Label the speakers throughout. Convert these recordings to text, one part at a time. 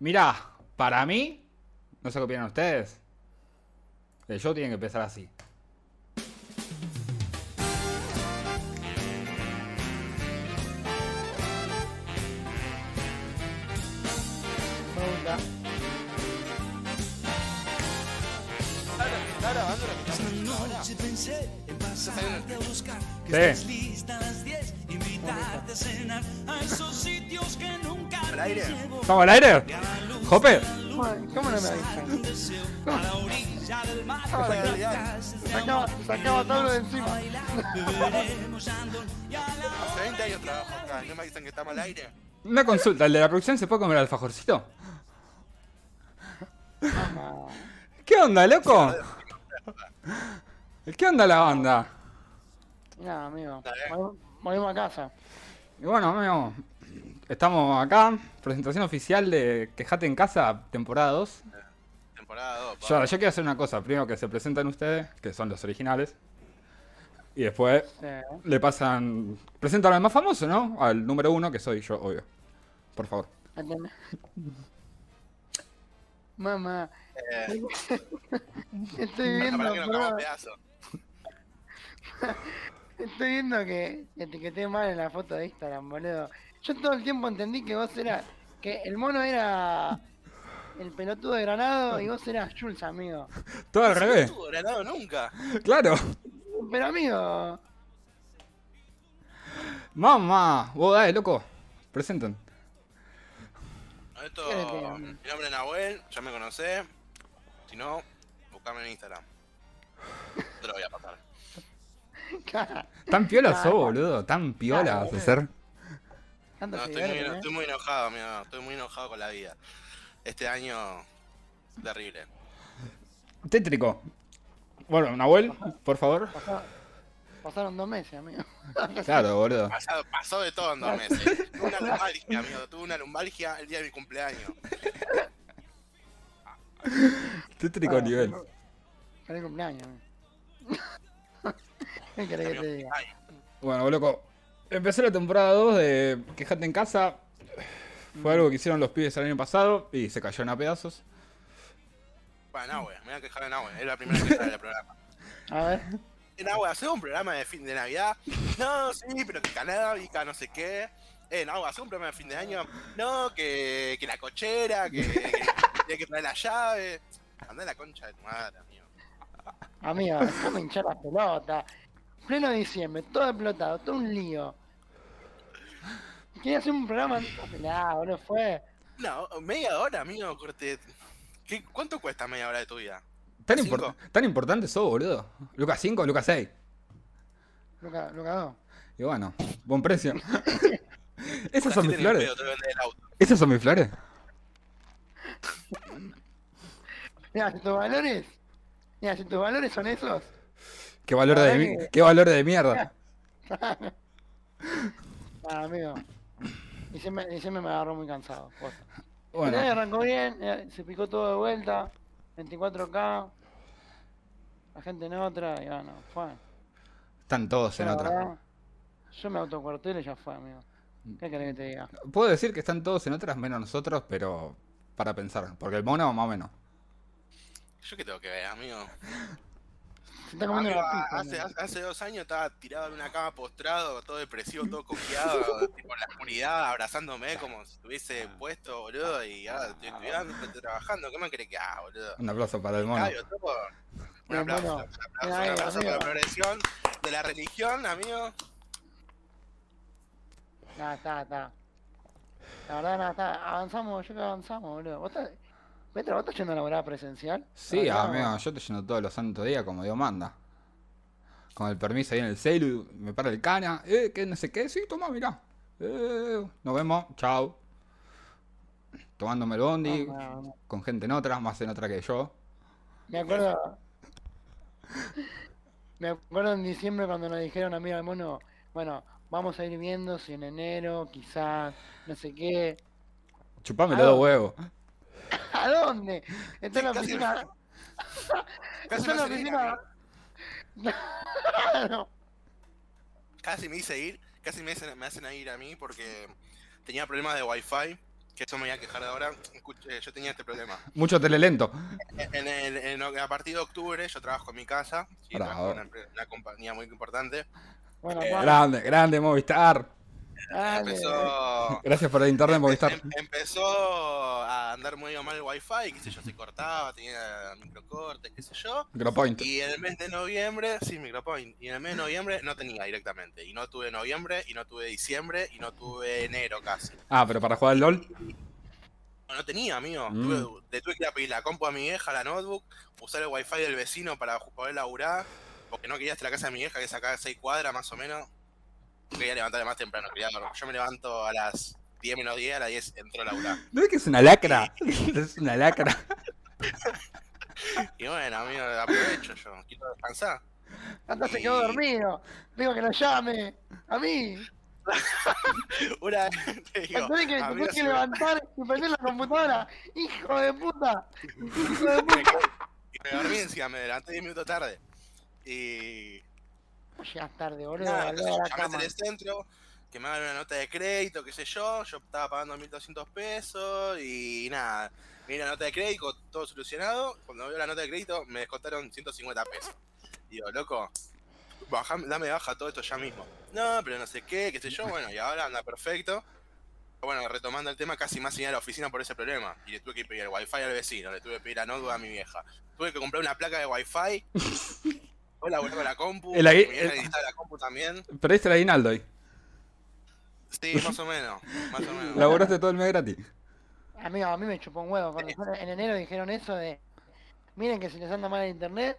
Speaker 1: Mirá, para mí, no sé qué opinan ustedes. El show tiene que empezar así.
Speaker 2: Está grabando la que estamos haciendo ahora.
Speaker 3: Anoche pensé en pasarte a buscar que
Speaker 1: Sí.
Speaker 3: estés lista a las 10 invitarte a cenar a esos sitios que nunca
Speaker 2: Al aire.
Speaker 3: te llevo
Speaker 1: ¿Estamos al aire? Jope,
Speaker 4: Ay, ¿Cómo no me avisan?
Speaker 3: a la orilla del mar
Speaker 2: Estaba la realidad.
Speaker 3: Frases de
Speaker 4: Sacaba,
Speaker 3: amor,
Speaker 4: sacaba todo de encima.
Speaker 3: bailar, beberemos andón y a la
Speaker 2: Hace 20 años trabajo acá, no me avisan que estamos al aire.
Speaker 1: una consulta. ¿El de la producción se puede comer alfajorcito? ¿Qué onda, loco? ¿Qué onda la banda?
Speaker 4: Nada, amigo.
Speaker 2: Está bien.
Speaker 4: Vol- Volvimos a casa.
Speaker 1: Y bueno, amigo, estamos acá. Presentación oficial de Quejate en Casa, temporada 2.
Speaker 2: Temporada 2.
Speaker 1: Yo, yo quiero hacer una cosa. Primero que se presentan ustedes, que son los originales. Y después
Speaker 4: Sí.
Speaker 1: le pasan... Presentan al más famoso, ¿no? Al número uno, que soy yo, obvio. Por favor.
Speaker 4: ¿Entendés? Mamá,
Speaker 2: Eh,
Speaker 4: estoy
Speaker 2: la
Speaker 4: viendo,
Speaker 2: verdad que nos cagamos
Speaker 4: boludo,
Speaker 2: a pedazos.
Speaker 4: estoy viendo que te etiqueté mal en la foto de Instagram, boludo. Yo todo el tiempo entendí que vos eras, que el mono era el pelotudo de Granado y vos eras Jules, amigo.
Speaker 1: Todo al
Speaker 2: No
Speaker 1: revés.
Speaker 2: estuvo granado nunca.
Speaker 1: Claro.
Speaker 4: Pero amigo,
Speaker 1: Mamá. Vos dale, loco. Presentan.
Speaker 2: Esto,
Speaker 4: Quédate,
Speaker 2: mi
Speaker 4: hombre.
Speaker 2: nombre es Nahuel, ya me conocés. Si no, buscame en Instagram. No Te lo voy a pasar.
Speaker 4: cara,
Speaker 1: Tan piola
Speaker 4: Ah,
Speaker 1: sos,
Speaker 4: no.
Speaker 1: boludo. Tan piola
Speaker 4: Claro,
Speaker 1: vas a
Speaker 4: boludo.
Speaker 1: ser.
Speaker 4: tanto ¿eh?
Speaker 2: No, estoy muy,
Speaker 4: seguidores,
Speaker 2: estoy muy enojado, mira, estoy muy enojado con la vida. Este año, terrible.
Speaker 1: Tétrico. Bueno, Nahuel, por favor.
Speaker 4: ¿eh? Pasaron dos meses, amigo.
Speaker 1: Claro, boludo.
Speaker 2: Pasado, pasó de todo en dos meses. Tuve una lumbalgia, amigo. Tuve una lumbalgia el día de mi cumpleaños.
Speaker 1: Tétrico nivel.
Speaker 4: Feliz cumpleaños, amigo. ¿Qué querés que te diga?
Speaker 2: Ay,
Speaker 1: Bueno, loco. Empecé la temporada 2 de Quejate en Casa. Fue algo que hicieron los pibes el año pasado y se cayeron a pedazos.
Speaker 2: Para Nahue, me voy a quejar de Nahue. Es la primera que sale del programa.
Speaker 4: A ver,
Speaker 2: Eh, Nahue, ¿hacés un programa de fin de Navidad? No, sí, pero que canábica, no sé qué. Eh, Nahue, ¿hacés un programa de fin de año? No, que, que la cochera, que, que tenía que traer la llave. Andá a la concha de tu madre, amigo.
Speaker 4: amigo, déjame hinchar la pelota. Pleno diciembre, todo explotado, todo un lío. Quería hacer un programa. Nah, boludo, fue.
Speaker 2: No, media hora, amigo, corte. ¿Qué, ¿Cuánto cuesta media hora de tu vida?
Speaker 1: Tan,
Speaker 2: Cinco.
Speaker 1: impor- tan importante sos, boludo. Lucas 5, Lucas 6.
Speaker 4: Luca, Luca dos.
Speaker 1: Y bueno, buen precio. Esas
Speaker 2: Así
Speaker 1: son mis
Speaker 2: tenés el
Speaker 1: flores.
Speaker 2: pedo, te venden el auto.
Speaker 1: Esas son mis flores.
Speaker 4: Mira, si tus valores. Mira, si tus valores son esos.
Speaker 1: Qué valor
Speaker 4: La
Speaker 1: de
Speaker 4: verdad
Speaker 1: mi-
Speaker 4: que-
Speaker 1: qué valor de mierda.
Speaker 4: Nah, amigo. Diciembre, diciembre me agarró muy cansado. posta.
Speaker 1: Bueno,
Speaker 4: Pero arrancó bien, eh, se picó todo de vuelta. 24K. La gente en otra, y bueno, fue.
Speaker 1: están todos
Speaker 4: Yo,
Speaker 1: en
Speaker 4: la
Speaker 1: otra.
Speaker 4: verdad, yo me autocuartelo y ya fue, amigo. ¿Qué querés que te diga?
Speaker 1: Puedo decir que están todos en otras menos nosotros, pero para pensar. Porque el mono más o menos.
Speaker 2: Yo qué tengo que ver, amigo.
Speaker 4: Se está comiendo
Speaker 2: Amigo,
Speaker 4: la pizza.
Speaker 2: ah, hace,
Speaker 4: amigo.
Speaker 2: hace- hace dos años estaba tirado en una cama postrado, todo depresivo, todo cojeado, tipo en la oscuridad, abrazándome como si estuviese puesto, boludo, y ahora estoy estudiando, estoy trabajando, ¿qué más crees que haga, boludo?
Speaker 1: Un aplauso para el mono.
Speaker 2: Cabio, todo. Un
Speaker 4: Pero
Speaker 2: aplauso,
Speaker 4: bueno,
Speaker 2: un aplauso,
Speaker 4: mira ahí,
Speaker 2: un aplauso por
Speaker 4: amigo.
Speaker 2: la progresión de la religión, amigo.
Speaker 4: Nah, está, está. La verdad, nada, está. Avanzamos, yo que avanzamos, boludo. ¿Vos estás, Petra, ¿vos estás yendo a laborar presencial?
Speaker 1: Sí, ah,
Speaker 4: La verdad,
Speaker 1: amigo, yo te lleno todos los santos días como Dios manda. Con el permiso ahí en el celu, me para el cana, eh, que no sé qué, sí, toma, mirá. Eh, nos vemos, chao. Tomándome el bondi,
Speaker 4: no, no, no.
Speaker 1: con gente en otra, más en otra que yo.
Speaker 4: Me acuerdo. Me acuerdo en diciembre cuando nos dijeron, amigo al mono, bueno, vamos a ir viendo si en enero, quizás, no sé qué.
Speaker 1: Chupame
Speaker 4: Ah,
Speaker 1: los dos
Speaker 4: no.
Speaker 1: huevos.
Speaker 4: ¿A dónde? Está en la
Speaker 2: Sí, casi
Speaker 4: oficina.
Speaker 2: Casi
Speaker 4: Está en la
Speaker 2: no se nega,
Speaker 4: oficina.
Speaker 2: amigo.
Speaker 4: Claro.
Speaker 2: Casi me hice ir, casi me hacen, me hacen ir a mí porque tenía problemas de wifi que eso me voy a quejar ahora, escuch- eh, yo tenía este problema.
Speaker 1: Mucho telelento.
Speaker 2: En el- en o- a partir de octubre yo trabajo en mi casa, sí,
Speaker 1: Bravo.
Speaker 2: trabajo en una, empre- una compañía muy importante.
Speaker 4: Bueno,
Speaker 2: Eh,
Speaker 4: Juan,
Speaker 1: Grande, grande Movistar.
Speaker 4: dale.
Speaker 2: Empezó,
Speaker 1: Gracias por el internet, Movistar.
Speaker 2: em- empezó a andar medio mal el wifi, qué sé yo, se cortaba, tenía microcortes, qué sé yo.
Speaker 1: Micropoint.
Speaker 2: Y en el mes de noviembre, sí, micropoint. Y en el mes de noviembre no tenía directamente. Y no tuve noviembre, y no tuve diciembre, y no tuve enero casi.
Speaker 1: Ah, pero para jugar al LOL.
Speaker 2: No, No tenía, amigo.
Speaker 1: Mm.
Speaker 2: Tuve, le tuve que ir a pedir la compu a mi vieja, la notebook, usar el wifi del vecino para ju- poder laburar, porque no quería hasta la casa de mi vieja, que sacaba 6 cuadras más o menos. Quería levantarme más temprano, quería dormir. Yo me levanto a las 10 menos 10, a las 10 entro a laburar.
Speaker 1: ¿No ves que es una lacra? Es una lacra.
Speaker 2: Y bueno, amigo, aprovecho yo, quiero descansar.
Speaker 4: Tanto se quedó dormido. Digo que lo llame. A mí.
Speaker 2: Una vez te digo,
Speaker 4: Me tenés que,
Speaker 2: a
Speaker 4: te tenés
Speaker 2: mí no
Speaker 4: que
Speaker 2: se me-
Speaker 4: levantar y prender la computadora. Hijo de puta. Hijo de puta.
Speaker 2: y me dormí encima, me levanté 10 minutos tarde. Y
Speaker 4: Llegas tarde, boludo.
Speaker 2: Nada,
Speaker 4: volvé
Speaker 2: entonces
Speaker 4: a la
Speaker 2: llamé al
Speaker 4: cama.
Speaker 2: telecentro, que me hagan una nota de crédito, qué sé yo, yo estaba pagando 1.200 pesos y nada, vi la nota de crédito, todo solucionado, cuando veo la nota de crédito me descontaron 150 pesos. Digo, loco, bajame- dame de baja todo esto ya mismo. No, pero no sé qué, qué sé yo, bueno, y ahora anda perfecto. Bueno, retomando el tema, casi más ir a la oficina por ese problema. Y le tuve que pedir el wifi al vecino, le tuve que pedir la notebook a mi vieja. Tuve que comprar una placa de wifi. Yo laburé con la compu,
Speaker 1: El ahí-
Speaker 2: mi vieja
Speaker 1: el-
Speaker 2: necesitaba la compu también.
Speaker 1: Perdiste el aguinaldo ahí.
Speaker 2: Sí, más o menos, más o menos.
Speaker 1: Laburaste todo el mes gratis.
Speaker 4: Amigo, a mí me chupó un huevo. Cuando fueron- en enero dijeron eso de. Miren que si les anda mal el internet,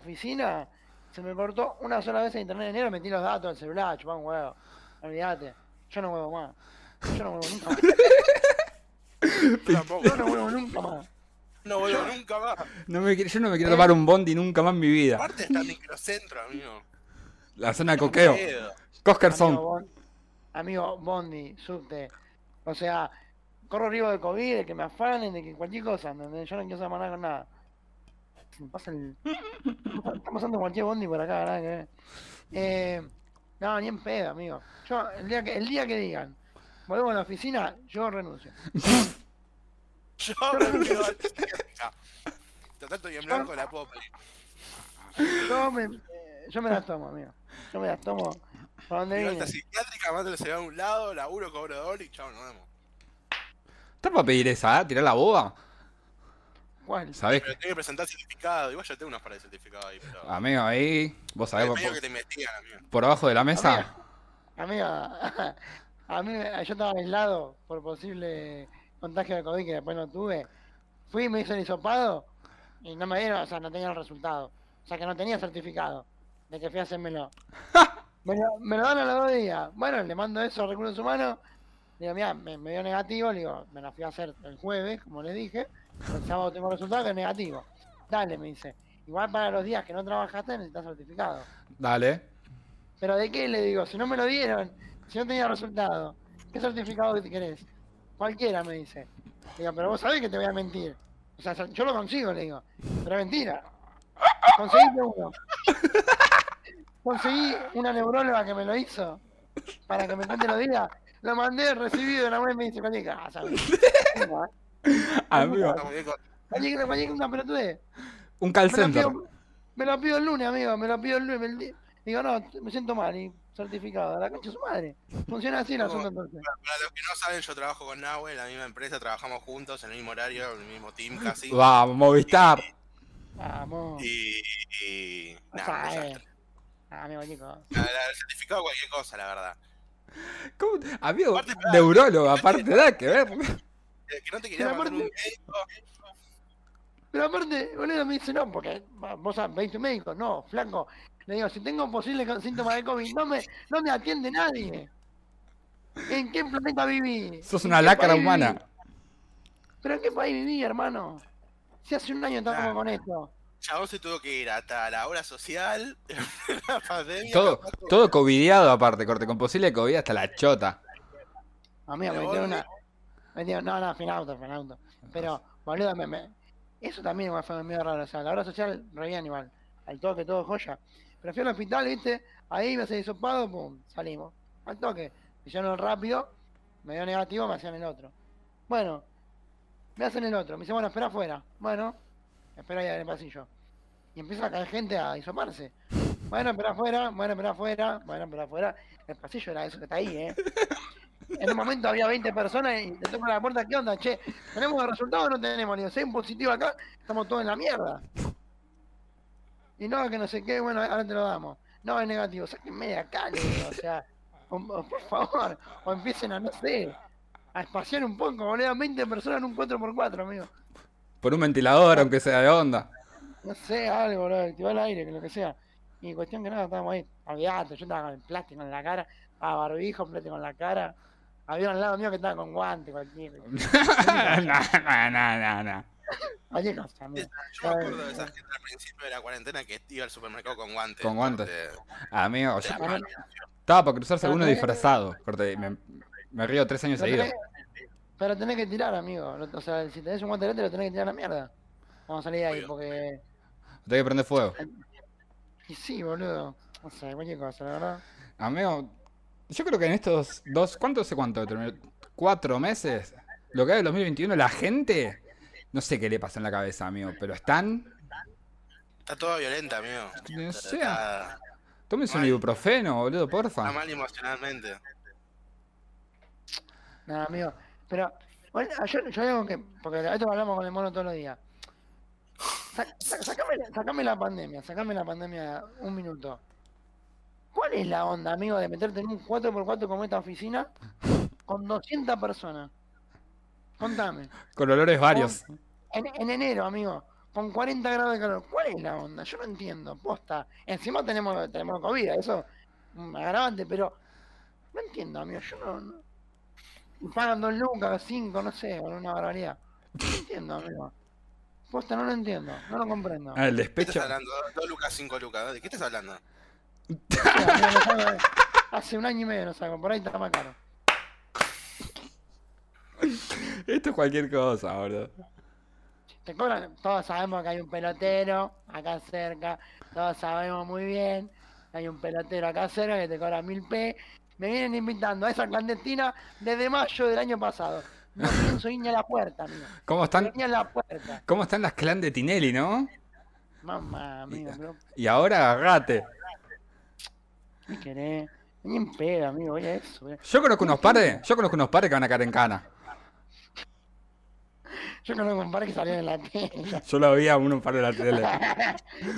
Speaker 4: oficina, se me cortó una sola vez el internet en enero, metí los datos del celular, chupá un huevo. Olvídate. Yo no huevo más. Yo no huevo nunca más.
Speaker 2: Yo tampoco,
Speaker 4: Yo no huevo nunca más.
Speaker 2: no vuelvo nunca más.
Speaker 1: No me quiero- yo no me quiero tomar un bondi nunca más en mi vida.
Speaker 2: Eh. Aparte está en microcentro, amigo.
Speaker 1: La zona de coqueo.
Speaker 2: Pedo.
Speaker 4: Amigo,
Speaker 1: Coskerson.
Speaker 4: Bon- amigo Bondi, subte. O sea, corro riesgo de COVID, de que me afanen, de que cualquier cosa, ¿entendés? Yo no quiero saber nada con nada. Se me pasa el- Está pasando cualquier Bondi por acá, ¿verdad? que ver. Eh, no, ni en pedo, amigo. Yo, el día que, el día que digan, volvemos a la oficina, yo renuncio.
Speaker 2: Yo me quedo Total, estoy en blanco, la puedo pedir.
Speaker 4: Yo me, eh, yo me las tomo, amigo. Yo me las tomo. ¿Para dónde
Speaker 2: Digo,
Speaker 4: viene?
Speaker 2: esta psiquiátrica, mándale se va a un lado, laburo, cobro doble y chao, nos vemos.
Speaker 1: ¿Estás para pedir esa? ah? ¿Tirar la boba?
Speaker 4: ¿Cuál?
Speaker 1: ¿Sabés?
Speaker 2: Pero tengo que presentar certificado, igual yo tengo unos para el certificado ahí, pero.
Speaker 1: Amigo, ahí. Ah, Vos sabés,
Speaker 2: Es
Speaker 1: por,
Speaker 2: medio que te investigan, amigo.
Speaker 1: por abajo de la mesa.
Speaker 4: Amiga, a mí me- yo estaba aislado por posible contagio de COVID que después no tuve. Fui y me hice el hisopado y no me dieron, o sea, no tenía el resultado. O sea, que no tenía certificado de que fui a hacérmelo. Me lo, me lo dan a los dos días. Bueno, le mando eso a recursos humanos. Digo, mira, me, me dio negativo. Le digo, me la fui a hacer el jueves, como les dije. El sábado tengo resultado que es negativo. Dale, me dice. Igual para los días que no trabajaste necesitas certificado.
Speaker 1: Dale.
Speaker 4: ¿Pero de qué le digo? Si no me lo dieron, si no tenía resultado, ¿qué certificado que te querés? Cualquiera me dice. Le digo, pero vos sabés que te voy a mentir. O sea, yo lo consigo, le digo. Pero es mentira. Conseguiste uno. Conseguí una neuróloga que me lo hizo para que me cuente los días. Lo mandé recibido, la mujer me dice, cualquier casa.
Speaker 1: Amigo,
Speaker 2: Estamos bien con-
Speaker 4: Cualquier cualquier una pelotudez.
Speaker 1: un call
Speaker 4: Me lo,
Speaker 1: center.
Speaker 4: pido, me lo pido el lunes, amigo, me lo pido el lunes. me el- digo, no, me siento mal y certificado. A la concha de su madre. Funciona así el asunto entonces.
Speaker 2: Para los que no saben, yo trabajo con Nahue en la misma empresa, trabajamos juntos en el mismo horario, en el mismo team casi.
Speaker 1: Vamos, Movistar.
Speaker 4: Vamos.
Speaker 2: Y. y-
Speaker 4: O
Speaker 2: nada, un
Speaker 4: sea, eh.
Speaker 2: desastre.
Speaker 4: Ah, amigo, chicos.
Speaker 2: La- la- El certificado, cualquier cosa, la verdad.
Speaker 1: ¿Cómo te- Amigo,
Speaker 2: Aparte, pará.
Speaker 1: neurólogo, aparte da que ver.
Speaker 2: Eh, Que no te quería
Speaker 4: Pero
Speaker 2: mandar un
Speaker 4: aparte-
Speaker 2: médico.
Speaker 4: Pero aparte, boludo, me dice, no, porque va- vos a- veis tu médico. No, flaco. Le digo, si tengo posibles con- síntomas de COVID, no me, no me atiende nadie. ¿En qué planeta viví?
Speaker 1: Sos
Speaker 4: ¿En
Speaker 1: una
Speaker 4: qué
Speaker 1: lacra
Speaker 4: país
Speaker 1: humana.
Speaker 4: viví? ¿Pero en qué país viví, hermano? Si hace un año estamos
Speaker 2: Claro.
Speaker 4: con esto.
Speaker 2: Chabón se tuvo que ir hasta la hora social, la pandemia.
Speaker 1: Todo,
Speaker 2: capaz que-
Speaker 1: todo covidiado aparte, corte, con posible COVID hasta la chota.
Speaker 4: Amigo, me
Speaker 2: Pero
Speaker 4: dio
Speaker 2: vos-
Speaker 4: una. Me dio, no, no, Finauto, Finauto. Pero, boludo, me, me- eso también igual fue medio raro. O sea, la hora social, re bien igual. Al toque, todo joya. Pero fui al hospital, viste, ahí me hice hisopado, pum, salimos. Al toque. Me hicieron el rápido, me dio negativo, me hacían el otro. Bueno, me hacen el otro. Me dice, bueno, espera afuera. Bueno, espera ahí en el pasillo. Y empieza a caer gente a disoparse. Bueno, espera afuera, bueno, espera afuera, bueno, espera afuera. El pasillo era eso que está ahí, ¿eh? En un momento había 20 personas y le toco la puerta, ¿qué onda? Che, ¿tenemos el resultado o no tenemos? Le digo, si hay un positivo acá, estamos todos en la mierda. Y no, que no sé qué, bueno, ahora te lo damos. No, es negativo, sáquenme de acá, le digo, o sea, o- o por favor, o empiecen a, no sé, a espaciar un poco, boludo, 20 personas en un 4x4, amigo.
Speaker 1: Por un ventilador, aunque sea de onda.
Speaker 4: No sé, algo, boludo, activar el aire, que lo que sea. Y cuestión que nada, estábamos ahí, olvidate, yo estaba con el plástico en la cara, estaba barbijo, plástico en la cara. Había un lado mío que estaba con guante, cualquier,
Speaker 1: no, no, no, no, no.
Speaker 4: cualquier cosa, amigo.
Speaker 2: Yo me acuerdo de esa gente al principio de la cuarentena que iba al supermercado con guantes.
Speaker 1: Con guantes.
Speaker 2: Porque-
Speaker 1: Ah, Amigo, yo
Speaker 2: Era
Speaker 4: Para-
Speaker 2: malo.
Speaker 1: estaba para cruzarse alguno
Speaker 4: Pero-
Speaker 1: disfrazado. Corte, me, me río tres años
Speaker 4: Pero
Speaker 1: seguidos.
Speaker 4: tenés- Pero tenés que tirar, amigo. No- O sea, si tenés un guante delante, lo tenés que tirar a la mierda. Vamos a salir de ahí,
Speaker 2: Obvio.
Speaker 4: porque.
Speaker 1: Tengo que prender fuego.
Speaker 4: Y sí, boludo. No sé, cualquier cosa, la verdad.
Speaker 1: Amigo, yo creo que en estos dos, ¿cuánto sé cuánto? Terminé? ¿Cuatro meses? Lo que hay del 2021, la gente, no sé qué le pasa en la cabeza, amigo, pero están,
Speaker 2: Está toda violenta, amigo.
Speaker 1: no sé,
Speaker 2: Está,
Speaker 1: tómense un
Speaker 2: Mal.
Speaker 1: ibuprofeno, boludo,
Speaker 2: está
Speaker 1: porfa.
Speaker 2: mal emocionalmente.
Speaker 4: Nada, amigo. Pero, bueno, yo, yo digo que. Porque esto lo hablamos con el mono todos los días. Sa- sa- sacame, la- sacame la pandemia, sacame la pandemia un minuto. ¿Cuál es la onda, amigo, de meterte en un 4x4 como esta oficina con 200 personas? Contame.
Speaker 1: Con olores varios.
Speaker 4: En, en enero, amigo, con 40 grados de calor. ¿Cuál es la onda? Yo no entiendo, posta. Encima tenemos, tenemos COVID, eso mm, agravante, pero no entiendo, amigo. Yo no. no- y Pagan dos lucas, cinco, no sé, con una barbaridad. No entiendo, amigo. Posta, no lo entiendo, no lo comprendo.
Speaker 1: Ah, el
Speaker 2: ¿Qué estás
Speaker 1: despecho.
Speaker 2: hablando? Dos lucas, cinco lucas. ¿De qué estás hablando?
Speaker 4: O sea, amigo, no salgo de- hace un año y medio no saco, por ahí está más caro.
Speaker 1: Esto es cualquier cosa, boludo.
Speaker 4: Te cobran, todos sabemos que hay un pelotero acá cerca, todos sabemos muy bien, que hay un pelotero acá cerca que te cobra mil P. Me vienen invitando a esa clandestina desde mayo del año pasado. No pienso ir ni a la puerta, amigo.
Speaker 1: ¿Cómo están,
Speaker 4: Ni a la puerta.
Speaker 1: cómo están las clan de Tinelli, no?
Speaker 4: Mamá, amigo, pero
Speaker 1: Y ahora agarrate.
Speaker 4: ¿qué querés? Ni en pedo, amigo, voy a eso. voy a-
Speaker 1: Yo conozco unos pares, yo conozco unos pares que van a caer en cana.
Speaker 4: Yo conozco un par que salió en la tele.
Speaker 1: Yo lo vi a uno un par de la tele.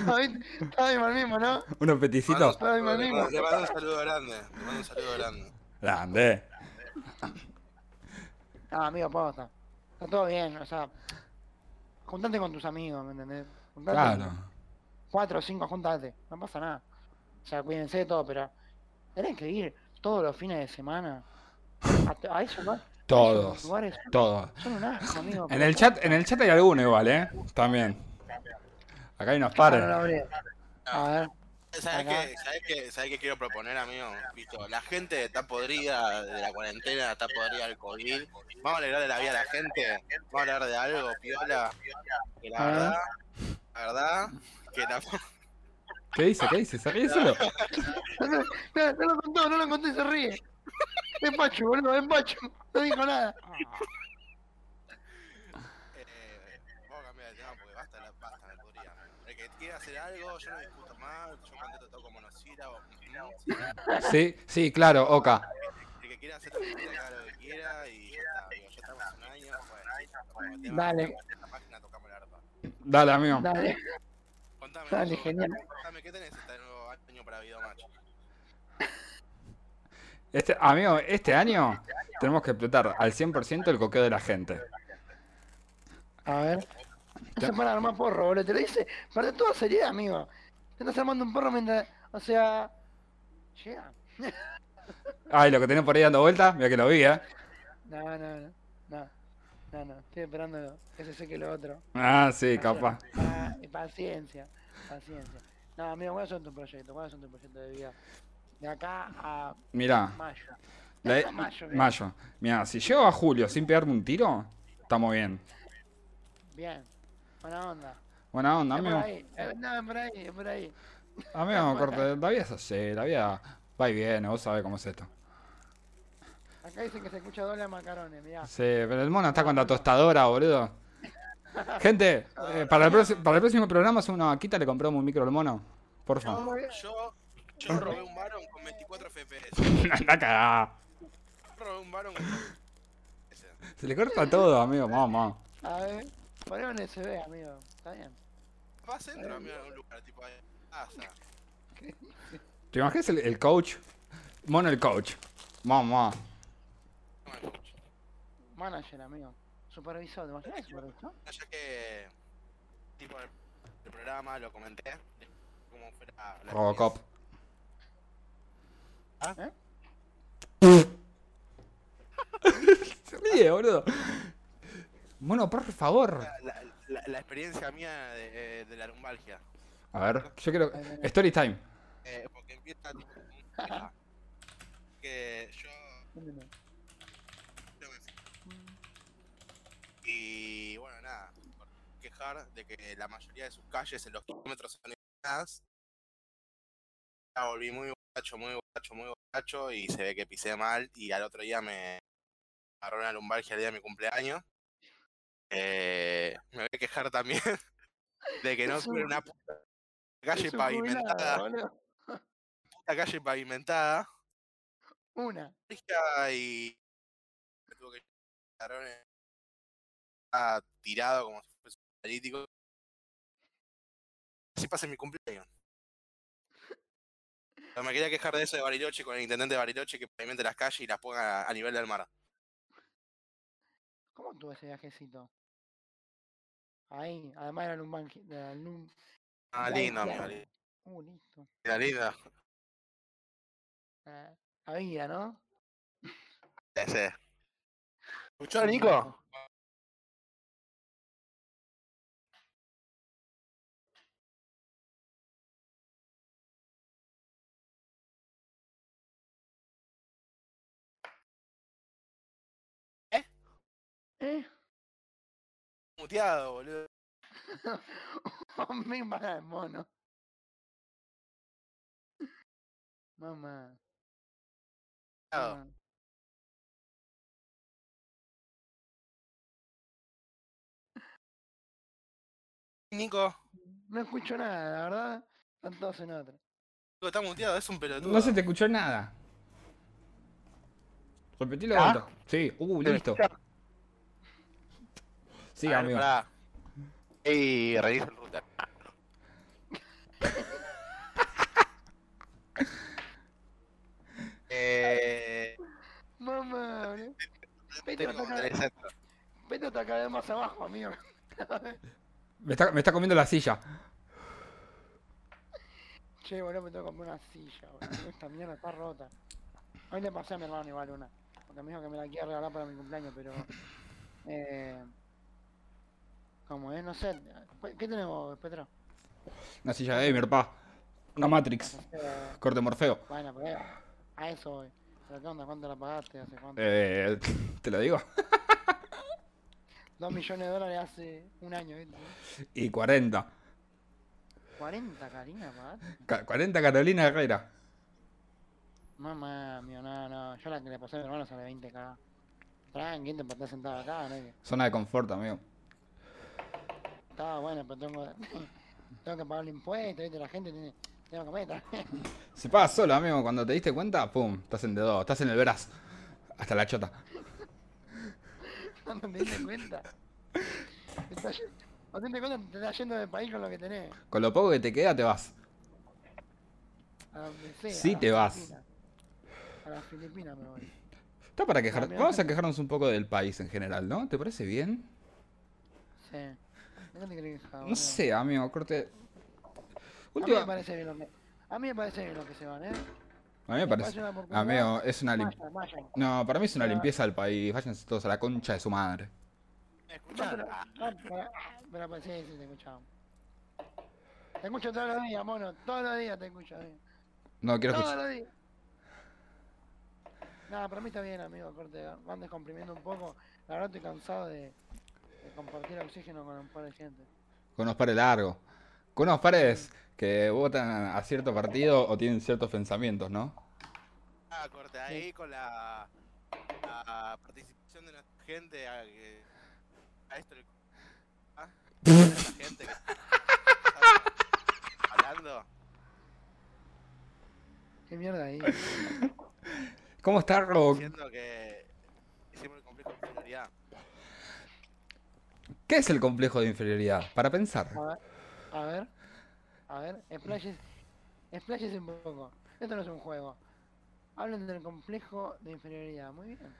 Speaker 4: ¿No viste? Todo mismo, el mismo, ¿no?
Speaker 1: Unos peticitos.
Speaker 4: Ay, mi
Speaker 2: le,
Speaker 4: amigo.
Speaker 2: mando, le mando un saludo grande. Le mando un saludo grande.
Speaker 1: Grande.
Speaker 4: No, amigo, posta. Está todo bien, o sea. Juntate con tus amigos, ¿me entendés? Juntate con-
Speaker 1: Claro.
Speaker 4: cuatro o cinco juntate, no pasa nada. O sea, cuídense de todo, pero tenés que ir todos los fines de semana a, t- a esos lu- a esos
Speaker 1: Todos.
Speaker 4: lugares.
Speaker 1: Todo.
Speaker 4: Son un asco, amigo.
Speaker 1: En el chat, en el chat hay alguno igual, ¿eh? También. Acá hay unos
Speaker 4: Ah, no lo
Speaker 1: pares.
Speaker 4: abrí. A ver,
Speaker 2: ¿Sabes
Speaker 4: Acá.
Speaker 2: qué, ¿Sabes qué? ¿Sabes qué quiero proponer, amigo? Visto, la gente está podrida de la cuarentena, está podrida del COVID. Vamos a alegrar de la vida a la gente. Vamos a hablar de algo, piola. Que la
Speaker 4: Ah.
Speaker 2: verdad, la verdad, que la,
Speaker 1: ¿Qué dice? ¿Qué dice? ¿Se ríe solo?
Speaker 4: no, no, no lo contó, no lo contó y se ríe. Es Pachu, boludo, es Pachu. No dijo nada.
Speaker 2: Eh, vamos a cambiar de tema porque basta, la, basta, me podría. El que quiera hacer algo, yo no discuto más, yo contesto todo como monosílabos. mm,
Speaker 1: Sí, sí, claro, Oka.
Speaker 2: El que quiera hacer lo que quiera, que haga lo que quiera y ya está, amigo, ya estamos un año, bueno, ahí está, tocamos el tema,
Speaker 4: Dale.
Speaker 2: tocamos la página, tocamos la arpa.
Speaker 1: Dale, amigo.
Speaker 4: Dale,
Speaker 2: Contame,
Speaker 4: Dale,
Speaker 2: loco,
Speaker 4: genial.
Speaker 2: contame, ¿qué tenés este nuevo año para Video Macho?
Speaker 1: Este, amigo, este año tenemos que explotar al 100% el coqueo de la gente.
Speaker 4: a ver. No se para armar porro, boludo. Te lo dice, perdés toda seriedad, amigo. Te estás armando un porro mientras. O sea. Llega.
Speaker 1: Ay, lo que tenés por ahí dando vuelta, mira que lo vi, ¿eh?
Speaker 4: No, no, no. No, no, no. Estoy esperando que se seque lo otro.
Speaker 1: Ah, sí, capaz.
Speaker 4: Ah, y paciencia, paciencia. No, amigo, ¿cuáles son tus proyectos? ¿Cuáles son tus proyectos de vida? De acá a
Speaker 1: Mirá,
Speaker 4: mayo. De acá a
Speaker 1: la-
Speaker 4: mayo, bien.
Speaker 1: mayo. Mirá, si llego a julio sin pegarme un tiro, estamos bien.
Speaker 4: Bien. Buena onda.
Speaker 1: Buena onda,
Speaker 4: Es por
Speaker 1: amigo.
Speaker 4: ahí. eh, No, es por ahí, es por ahí.
Speaker 1: Amigo, corte, la vida es así, la vida va y viene, vos sabés cómo es esto.
Speaker 4: Hay Acá dicen que se escucha doble a macarones, mirá.
Speaker 1: Sí, pero el mono está con la tostadora, boludo. Gente, eh, para, el próxi- para el próximo programa hacemos una vaquita, le compramos un micro al mono. Por favor.
Speaker 2: Yo, yo robé un Baron con 24 FPS.
Speaker 1: Anda cagá.
Speaker 2: Robé un Baron con. Ese.
Speaker 1: Se le corta todo, amigo. Mamá.
Speaker 4: A ver, poné un SB, amigo. Está bien.
Speaker 2: Va a centro, amigo, en algún lugar, tipo ahí. ah, Pasa.
Speaker 1: ¿Te imaginas el, el coach? Mono el coach. Mamá.
Speaker 4: Manager, amigo. Supervisor, ¿te imaginas supervisor?
Speaker 2: Ah, Ya que. Tipo, el, el programa lo comenté. Como fuera. la
Speaker 1: Robocop.
Speaker 2: Ah.
Speaker 4: ¿Eh?
Speaker 1: Se ríe, boludo. Mono, por favor.
Speaker 2: La, la- la experiencia mía de, eh, de la lumbalgia.
Speaker 1: A ver, yo quiero. Story time.
Speaker 2: Eh, porque empieza tipo, con un tema que yo
Speaker 4: ¿Dónde no?
Speaker 2: yo me fui. y bueno nada por quejar de que la mayoría de sus calles en los kilómetros son inundadas Ya volví muy borracho muy borracho muy borracho y se ve que pisé mal y al otro día me agarró una lumbalgia el día de mi cumpleaños Eh, me voy a quejar también de que no
Speaker 4: Es un-
Speaker 2: tuve una puta
Speaker 4: Es
Speaker 2: calle
Speaker 4: un
Speaker 2: pavimentada
Speaker 4: jubilado, boludo.
Speaker 2: puta calle pavimentada
Speaker 4: Una.
Speaker 2: Rica y me tuvo que llevar en- ah, tirado como si fuese un paralítico. Así pasa mi cumpleaños. Pero me quería quejar de eso de Bariloche con el intendente de Bariloche que pavimente las calles y las ponga a, a nivel del mar.
Speaker 4: ¿Cómo tuvo ese viajecito? Ahí, además era lumbangi, de la lum...
Speaker 2: Ah,
Speaker 4: Ay,
Speaker 2: lindo, amigo.
Speaker 4: claro.
Speaker 2: Lindo,
Speaker 4: Uh, listo.
Speaker 2: lindo.
Speaker 4: Ah, había, ¿no?
Speaker 2: Ese. ¿Escuchó, Nico?
Speaker 4: ¿Eh?
Speaker 2: Muteado, boludo.
Speaker 4: Me para el mono. Mamá.
Speaker 2: Muteado.
Speaker 4: mamá.
Speaker 2: Nico,
Speaker 4: No escucho nada, la verdad. Están todos en otra.
Speaker 2: Nico está muteado, es un pelotudo.
Speaker 1: No se te escuchó nada. Repetilo
Speaker 4: ¿Ah?
Speaker 1: alto. Sí, uh, listo. Sí,
Speaker 2: A ver,
Speaker 1: amigo.
Speaker 2: pará. Ey, reinicia el router. eh,
Speaker 4: Mamá, boludo. Vete a
Speaker 2: tengo que
Speaker 4: atacar,
Speaker 2: tener centro.
Speaker 4: vete a atacar de más abajo, amigo.
Speaker 1: Me está, me está comiendo la silla.
Speaker 4: Che, boludo, me tengo que comprar una silla, boludo. Esta mierda está rota. Hoy le pasé a mi hermano igual una. Porque me dijo que me la quiere regalar para mi cumpleaños, pero. Eh, como es, no sé. pues, ¿Qué qué tenemos, Petro?
Speaker 1: Una silla de Gamer, pa. Una Matrix.
Speaker 4: Eh,
Speaker 1: Corte Morfeo.
Speaker 4: bueno, pero a eso voy. Pero, ¿qué onda? ¿Cuánto la pagaste? ¿Hace cuánto?
Speaker 1: Eh, te lo digo.
Speaker 4: Dos millones de dólares hace un año, ¿viste?
Speaker 1: Y 40.
Speaker 4: 40, Karina, pagaste.
Speaker 1: Ca- 40 Carolina Herrera.
Speaker 4: Mamá, mío, no, no. Yo la que le pasé a mi hermano sale 20k. Tranqui, te estar sentado acá, no que-
Speaker 1: Zona de confort, amigo.
Speaker 4: Estaba bueno, pero tengo, tengo que pagar el impuesto, ¿viste? La gente tiene, tengo que comer también.
Speaker 1: Se paga solo, amigo. Cuando te diste cuenta, pum, estás en dedo, estás en el veraz. Hasta la chota.
Speaker 4: No te diste cuenta. Te está ye- No te diste cuenta, te estás yendo del país con lo que tenés.
Speaker 1: Con lo poco que te queda, te vas.
Speaker 4: A donde sea.
Speaker 1: Sí
Speaker 4: a las
Speaker 1: te vas.
Speaker 4: Filipinas. A las Filipinas me voy.
Speaker 1: Está para quejar.
Speaker 4: Amigo,
Speaker 1: Vamos a quejarnos un poco del país en general, ¿no? ¿Te parece bien?
Speaker 4: Sí. ¿De qué te crees que estaba,
Speaker 1: No
Speaker 4: boludo?
Speaker 1: sé, amigo, corte.
Speaker 4: A mí me
Speaker 1: Ah, Última.
Speaker 4: parece bien lo que. A mí me parece bien lo que se van, ¿eh?
Speaker 1: A mí me parece.
Speaker 4: parece una oportunidad.
Speaker 1: Amigo, es una lim-
Speaker 4: Vayan, vayan.
Speaker 1: No, para mí es una
Speaker 4: Pero-
Speaker 1: limpieza del país. Váyanse todos a la concha de su madre.
Speaker 2: ¿Me
Speaker 4: No,
Speaker 2: escuchan?
Speaker 4: pero,
Speaker 2: Ah,
Speaker 4: no, pero, pero pues, sí, sí, te escuchaba. Te escucho todos los días, mono. Todos los días te escucho. amigo.
Speaker 1: No quiero
Speaker 4: Todos
Speaker 1: escuchar.
Speaker 4: los días. Nada, para mí está bien, amigo, corte. Van descomprimiendo un poco. La verdad estoy cansado de, de compartir oxígeno con un par de gente.
Speaker 1: Con unos pares largos. Con unos pares que votan a cierto partido o tienen ciertos pensamientos, ¿no?
Speaker 2: ah, corte ahí con la la participación de nuestra gente a, que- a esto le- ¿Ah? a la gente que hablando
Speaker 4: Qué mierda ahí.
Speaker 1: ¿Cómo está Rock?
Speaker 2: diciendo que hicimos el complejo de inferioridad
Speaker 1: ¿Qué es el complejo de inferioridad? Para pensar.
Speaker 4: A ver, a ver, a ver, expláyese- expláyese un poco. Esto no es un juego. Hablen del complejo de inferioridad, muy bien.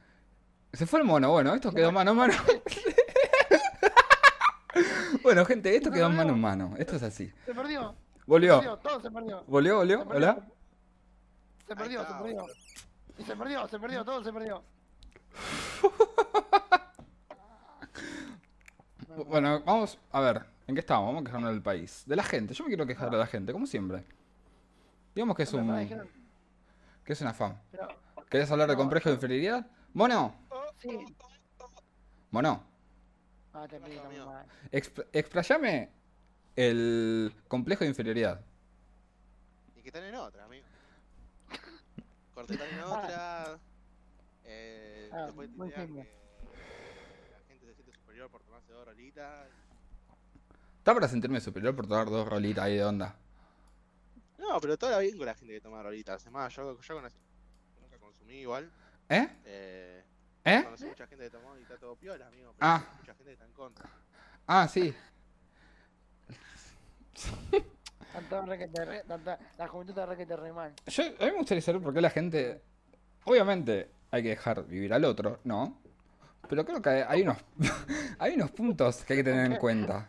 Speaker 1: Se fue el mono, bueno, esto quedó mano a mano. bueno, gente, esto quedó mano a mano. Esto es así.
Speaker 4: Se perdió, se
Speaker 1: Volvió.
Speaker 4: perdió, todo se perdió.
Speaker 1: Volvió, volvió.
Speaker 4: Se perdió,
Speaker 1: Hola.
Speaker 4: Se perdió, se
Speaker 2: está,
Speaker 4: perdió.
Speaker 2: boludo.
Speaker 4: Y se perdió, se perdió, todo se perdió.
Speaker 1: Bueno, vamos a ver. ¿En qué estábamos? Vamos a quejarnos del país. De la gente. Yo me quiero quejar de la gente, como siempre. Digamos que es
Speaker 4: Pero, pará,
Speaker 1: un.
Speaker 4: dijeron-
Speaker 1: que es una fama.
Speaker 4: pero,
Speaker 1: ¿Querés hablar de
Speaker 4: No,
Speaker 1: complejo de inferioridad? ¡Mono!
Speaker 4: sí.
Speaker 1: Mono,
Speaker 4: Ah, te pido
Speaker 2: mío.
Speaker 4: mal.
Speaker 1: exp- explayame el complejo de inferioridad.
Speaker 2: y que están en otra amigo cortetan en otra eh,
Speaker 4: Ah,
Speaker 2: después
Speaker 4: muy
Speaker 2: titean
Speaker 4: simple.
Speaker 2: que la gente se siente superior por tomarse dos rolitas
Speaker 1: Está para sentirme superior por tomar dos rolitas ahí de onda.
Speaker 2: no pero toda la bien con la gente que toma rolitas es más yo, yo conocí nunca consumí igual
Speaker 1: ¿Eh?
Speaker 2: eh,
Speaker 1: ¿Eh?
Speaker 2: Conocí mucha gente que tomó y está todo piola, amigo. Pero
Speaker 1: Ah.
Speaker 2: conocí Mucha gente que está en contra.
Speaker 1: Ah, sí.
Speaker 4: Tanto re que te re- tanta- la juventud está re que te re mal.
Speaker 1: Yo, a mí me gustaría saber por qué la gente. Obviamente hay que dejar vivir al otro, ¿no? Pero creo que hay, hay unos, hay unos puntos que hay que tener en cuenta.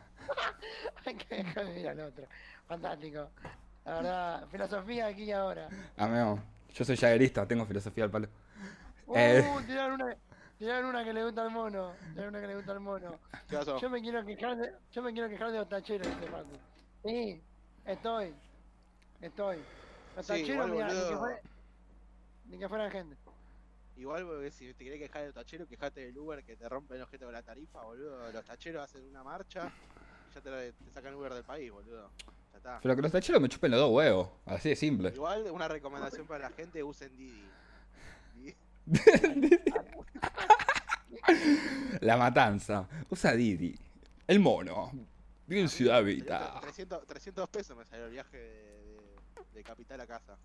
Speaker 4: Hay que dejar de ir al otro. Fantástico. La verdad, filosofía aquí y ahora.
Speaker 1: Amigo, yo soy jaguerista, tengo filosofía al palo.
Speaker 4: Uh,
Speaker 1: Eh.
Speaker 4: tiraron una, tiraron una que le gusta al mono. Tiraron una que le gusta al mono.
Speaker 2: ¿Qué pasó?
Speaker 4: Yo me quiero quejar de, yo me quiero quejar de los tacheros, dice Facu. Sí, estoy. Estoy. Los
Speaker 2: Sí,
Speaker 4: tacheros,
Speaker 2: igual,
Speaker 4: mirá, ni que,
Speaker 2: boludo.
Speaker 4: fuera, ni que fueran gente.
Speaker 2: Igual, porque si te querés quejar del tachero, quejate del Uber que te rompen el objeto de la tarifa, boludo. Los tacheros hacen una marcha y ya te, te sacan Uber del país, boludo. Ya está.
Speaker 1: Pero que los tacheros me chupen los dos huevos. Así de simple.
Speaker 2: Igual, una recomendación para la gente: usen Didi. Didi-
Speaker 1: La matanza. Usa Didi. El mono. Bien Ciudad
Speaker 2: me salió
Speaker 1: Vita.
Speaker 2: 300, 300 pesos me salió el viaje de, de- de capital a casa.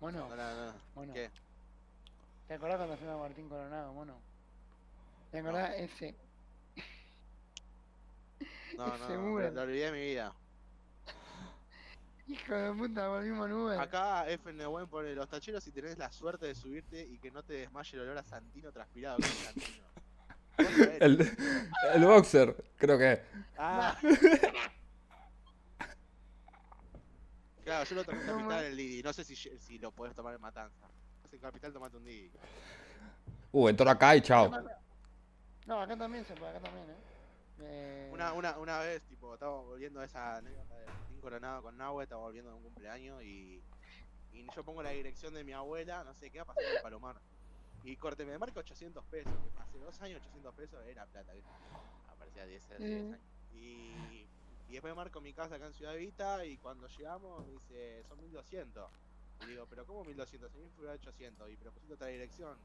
Speaker 4: Mono,
Speaker 2: No, no, no.
Speaker 4: mono.
Speaker 2: ¿Qué?
Speaker 4: ¿Te acordás cuando fuimos a Martín Coronado, mono? ¿Te acordás ese?
Speaker 2: No, no, no,
Speaker 4: Seguro.
Speaker 2: lo- lo olvidé de mi vida.
Speaker 4: Hijo de puta, volvimos en Uber.
Speaker 2: Acá FN Buen pone los tacheros si tenés la suerte de subirte y que no te desmaye el olor a Santino transpirado. ¿Qué es Santino? Vos sabés.
Speaker 1: El, el boxer, creo que.
Speaker 2: Ah. Claro, yo lo tomé en
Speaker 4: No,
Speaker 2: Capital
Speaker 4: ma-
Speaker 2: el Didi. No sé si, lle- si lo podés tomar en Matanza. Si en Capital tomate un Didi.
Speaker 1: Uh, entró acá y chao.
Speaker 4: No, acá también se puede, acá también, eh. Eh,
Speaker 2: Una, una, una vez, tipo, estábamos volviendo a esa anécdota de Martín Coronado con Nahue, estábamos volviendo de un cumpleaños y, y yo pongo la dirección de mi abuela, no sé qué, a pasar de Palomar. Y corte, me marca 800 pesos, que hace dos años 800 pesos era plata, ¿viste? aparecía 10, hace 10
Speaker 4: Mm.
Speaker 2: años. Y, y después marco mi casa acá en Ciudad Vita y cuando llegamos me dice, son 1200. Y digo, pero ¿cómo 1200? Si a mí me fueron 800 y propusiste otra dirección.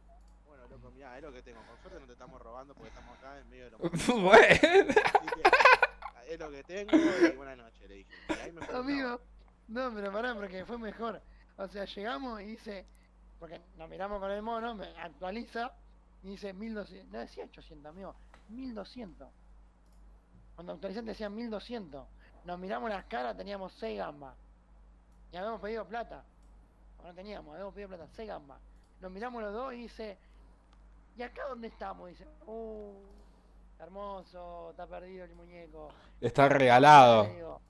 Speaker 2: Bueno, loco, mirá, es lo que tengo. Con suerte no te estamos robando porque estamos acá en medio de los
Speaker 1: Bueno.
Speaker 2: Así que, es lo que tengo y buenas noches, le dije. Y ahí me fue un
Speaker 4: Amigo, no, pero pará, porque fue mejor. O sea, llegamos y dice, porque nos miramos con el mono, me actualiza, y dice 1200, no decía 800, amigo, 1200. Cuando actualizan decía 1200. Nos miramos las caras, teníamos 6 gambas. Y habíamos pedido plata. O no teníamos, habíamos pedido plata, 6 gambas. Nos miramos los dos y dice, ¿y acá dónde estamos? dice, uh, hermoso, está perdido el muñeco.
Speaker 1: Está
Speaker 4: Le
Speaker 1: regalado.
Speaker 4: Digo,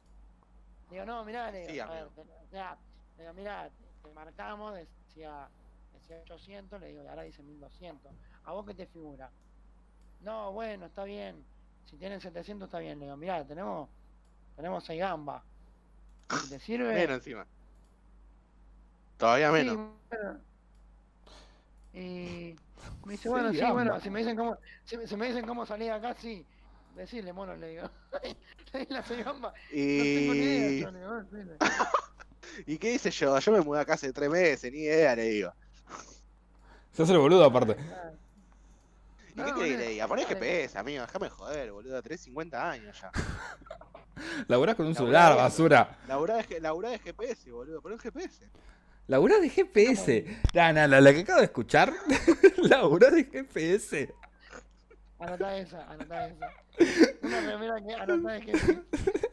Speaker 4: digo, no, mirá, le digo,
Speaker 2: Sí,
Speaker 4: a ver,
Speaker 2: amigo.
Speaker 4: te- ya, le digo, mirá, te marcamos, decía, decía 800, le digo, y ahora dice 1200. ¿A vos qué te figura? No, bueno, está bien. Si tienen 700 está bien. Le digo, mirá, tenemos, tenemos 6 gambas. Si ¿Te sirve?
Speaker 2: Menos encima. Todavía
Speaker 4: Sí,
Speaker 2: menos.
Speaker 4: bueno. Y me dice,
Speaker 1: Sí,
Speaker 4: bueno, sí,
Speaker 1: ambas.
Speaker 4: bueno, si me dicen cómo, si, me- si me dicen cómo salir acá, sí. Decirle, mono, le digo. Le di las 6 gambas. No tengo ni idea,
Speaker 2: Y...
Speaker 4: yo le digo, "Bueno, decile".
Speaker 2: ¿Y qué hice yo? Yo me mudé acá hace tres meses, ni idea, le digo.
Speaker 1: Se hace el boludo aparte.
Speaker 2: ¿Y
Speaker 4: No,
Speaker 2: qué crees
Speaker 4: boludo,
Speaker 2: que le diga? Ponés
Speaker 4: dale.
Speaker 2: GPS, amigo, déjame joder, boludo. Tenés 50 años ya.
Speaker 1: Laburás con un
Speaker 2: Laburá
Speaker 1: celular,
Speaker 2: bien.
Speaker 1: basura.
Speaker 2: Laburá de, G- laburá de GPS, boludo. Poné un GPS.
Speaker 1: Laburás de GPS. Nah, nah, la, la que acabo de escuchar. Laburás de GPS.
Speaker 4: Anotá esa, anotá esa. Una primera que anotá de jefe.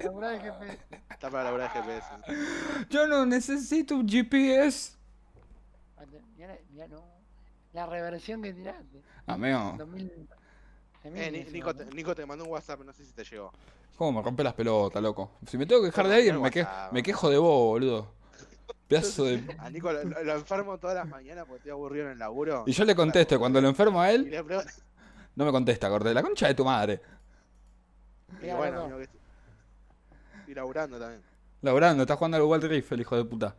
Speaker 4: Anotá de E. jefe.
Speaker 2: Está para laburar de
Speaker 4: Ah,
Speaker 2: GPS.
Speaker 1: Yo no necesito un GPS.
Speaker 4: Ante- Mirá, mirá, no. La reversión que tiraste.
Speaker 1: Amigo,
Speaker 4: 2000.
Speaker 2: Eh, Ni-
Speaker 4: 2019,
Speaker 2: Nico, te,
Speaker 4: ¿no?
Speaker 2: Nico te mandó un WhatsApp, no sé si te llegó.
Speaker 1: cómo me rompe las pelotas, loco. Si me tengo que dejar de alguien, me, que- me quejo de vos, boludo. Pedazo de.
Speaker 2: A Nico lo, lo- lo enfermo todas las mañanas porque estoy aburrido en el laburo.
Speaker 1: Y yo le contesto, cuando lo enfermo a
Speaker 2: Y
Speaker 1: él,
Speaker 2: le pregunto-
Speaker 1: no me contesta, corte. La concha de tu madre.
Speaker 2: Y
Speaker 4: Mirá,
Speaker 2: bueno,
Speaker 4: loco.
Speaker 2: amigo, que estoy- estoy laburando también.
Speaker 1: Laburando, está jugando al Wild Rift, el hijo de puta.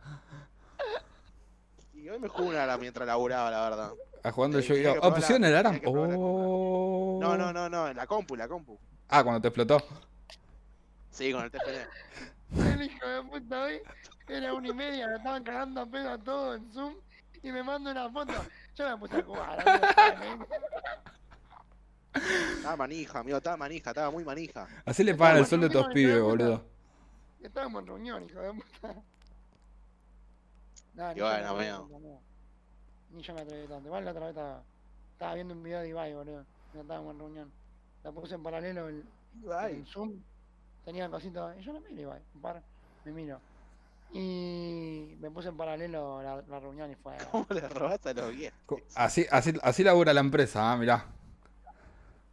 Speaker 2: Y hoy me jugó una hora mientras laburaba, la verdad.
Speaker 1: Ah, jugando el
Speaker 2: Sí, tenía
Speaker 1: Yu-Gi-Oh.
Speaker 2: Eh, que
Speaker 1: Ah,
Speaker 2: probar la-
Speaker 1: pusieron el Aram.
Speaker 2: tenía que probar la compra.
Speaker 1: Oh.
Speaker 2: No, no, no, no, en la compu, la compu.
Speaker 1: Ah, cuando te explotó.
Speaker 2: Sí, con el TFT.
Speaker 4: El hijo de puta hoy era una y media, lo estaban cagando a pedo a todo en Zoom y me manda una foto. Yo me puse a jugar. amigo.
Speaker 2: Estaba manija, amigo, estaba manija, estaba muy manija.
Speaker 1: Así le pagan el
Speaker 4: bueno,
Speaker 1: sueldo a
Speaker 4: tengo
Speaker 1: tus
Speaker 4: que
Speaker 1: pibes,
Speaker 4: quedarme acá.
Speaker 1: boludo.
Speaker 4: Estábamos en reunión, hijo de puta. No,
Speaker 2: Y
Speaker 4: ni yo me
Speaker 2: bueno,
Speaker 4: atreví
Speaker 2: amigo.
Speaker 4: tanto, amigo. Ni yo me atreví tanto. Igual la otra vez estaba, estaba viendo un video de Ibai, boludo. No estábamos en reunión. La puse en paralelo el, en Zoom. Tenía cositas. Yo no miro Ibai, un par. Me miro. Y me puse en paralelo la, la reunión y fue.
Speaker 2: ¿Cómo le robaste a los viejos?
Speaker 1: Co- Así, así, así labura la empresa, ah, mirá.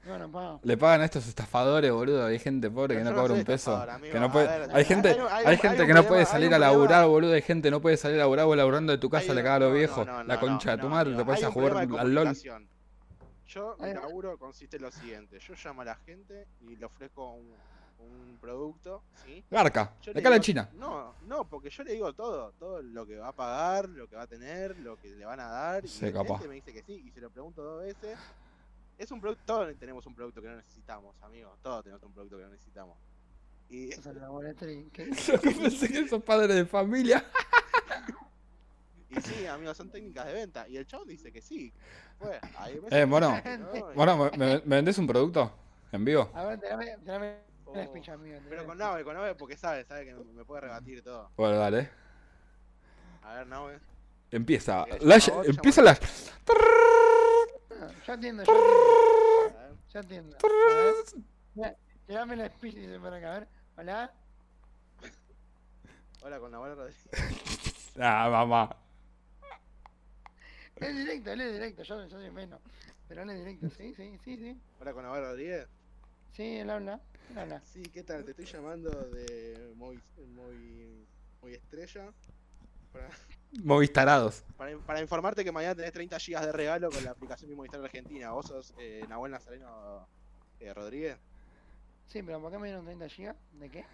Speaker 4: Bueno, pa.
Speaker 1: Le pagan a estos estafadores, boludo. Hay gente pobre que
Speaker 2: Pero
Speaker 1: no
Speaker 2: yo no
Speaker 1: cobra
Speaker 2: soy
Speaker 1: un peso.
Speaker 2: estafador, amigo.
Speaker 1: Que no
Speaker 2: A
Speaker 1: puede...
Speaker 2: ver,
Speaker 1: Hay
Speaker 2: hay
Speaker 1: gente,
Speaker 2: un- hay
Speaker 1: hay
Speaker 2: un- hay
Speaker 1: gente
Speaker 2: un
Speaker 1: que no puede
Speaker 2: problema, hay
Speaker 1: salir
Speaker 2: un
Speaker 1: a laburar,
Speaker 2: problema.
Speaker 1: boludo. Hay gente que no puede salir a laburar vos laburando de tu casa,
Speaker 2: Hay
Speaker 1: le
Speaker 2: un-
Speaker 1: caga a los
Speaker 2: no, no,
Speaker 1: viejos.
Speaker 2: no,
Speaker 1: la
Speaker 2: no,
Speaker 1: concha de tu
Speaker 2: no,
Speaker 1: madre, te
Speaker 2: amigo,
Speaker 1: pones
Speaker 2: hay
Speaker 1: a
Speaker 2: un
Speaker 1: jugar
Speaker 2: problema de
Speaker 1: al LOL.
Speaker 2: comunicación. Yo,
Speaker 4: Ahí
Speaker 2: mi
Speaker 4: va.
Speaker 2: laburo consiste en lo siguiente: yo llamo a la gente y le ofrezco un, un producto, ¿sí?
Speaker 1: Garca,
Speaker 2: Yo
Speaker 1: de
Speaker 2: le
Speaker 1: acá a la
Speaker 2: digo-
Speaker 1: China.
Speaker 2: No, no, porque yo le digo todo, todo lo que va a pagar, lo que va a tener, lo que le van a dar.
Speaker 1: Sí,
Speaker 2: y el
Speaker 1: capaz.
Speaker 2: cliente me dice que sí, y se lo pregunto dos veces. Es un producto, todos tenemos un producto que no necesitamos, amigos, todos tenemos un producto que no necesitamos. Y
Speaker 4: Eso es la bola tri- que-
Speaker 1: Yo que pensé que esos padres de familia.
Speaker 2: Y sí, amigos, son técnicas de venta. Y el chabón dice que sí. Fue, ahí me
Speaker 1: Eh, mono.
Speaker 2: que no, y-
Speaker 1: Bueno, ¿me, me- me vendés un producto? ¿En vivo?
Speaker 4: A ver, tirame, tirame una
Speaker 2: Oh,
Speaker 4: speech, amigo. tirame
Speaker 2: Pero con
Speaker 4: una speech.
Speaker 2: Nave, con Nave, porque sabe, sabe que me puede rebatir todo.
Speaker 1: Bueno, dale.
Speaker 2: A ver, Nave.
Speaker 1: Empieza.
Speaker 2: Eh,
Speaker 1: Lash-
Speaker 2: llamó,
Speaker 1: empieza la.
Speaker 4: Ah, Yo entiendo, yo entiendo.
Speaker 2: A ver.
Speaker 4: Yo entiendo. A ver, mira, Tirame la speech, dice por acá. A ver, hola.
Speaker 2: Hola, con Nave Rodríguez.
Speaker 1: Ah, mamá.
Speaker 4: Es directo, él es directo. Yo, yo soy menos. Pero él es directo, sí, sí, sí, sí.
Speaker 2: Hola, con Nave Rodríguez.
Speaker 4: Sí, él habla. Él habla.
Speaker 2: Sí, ¿qué tal? Te estoy llamando de muy, muy, muy estrella. Para,
Speaker 1: Movistarados.
Speaker 2: para, para informarte que mañana tenés 30 GB de regalo con la aplicación Mi Movistar Argentina. ¿Vos sos eh, Nahuel Nazareno eh, Rodríguez?
Speaker 4: Sí, pero ¿por qué me dieron 30 gigas? ¿De qué?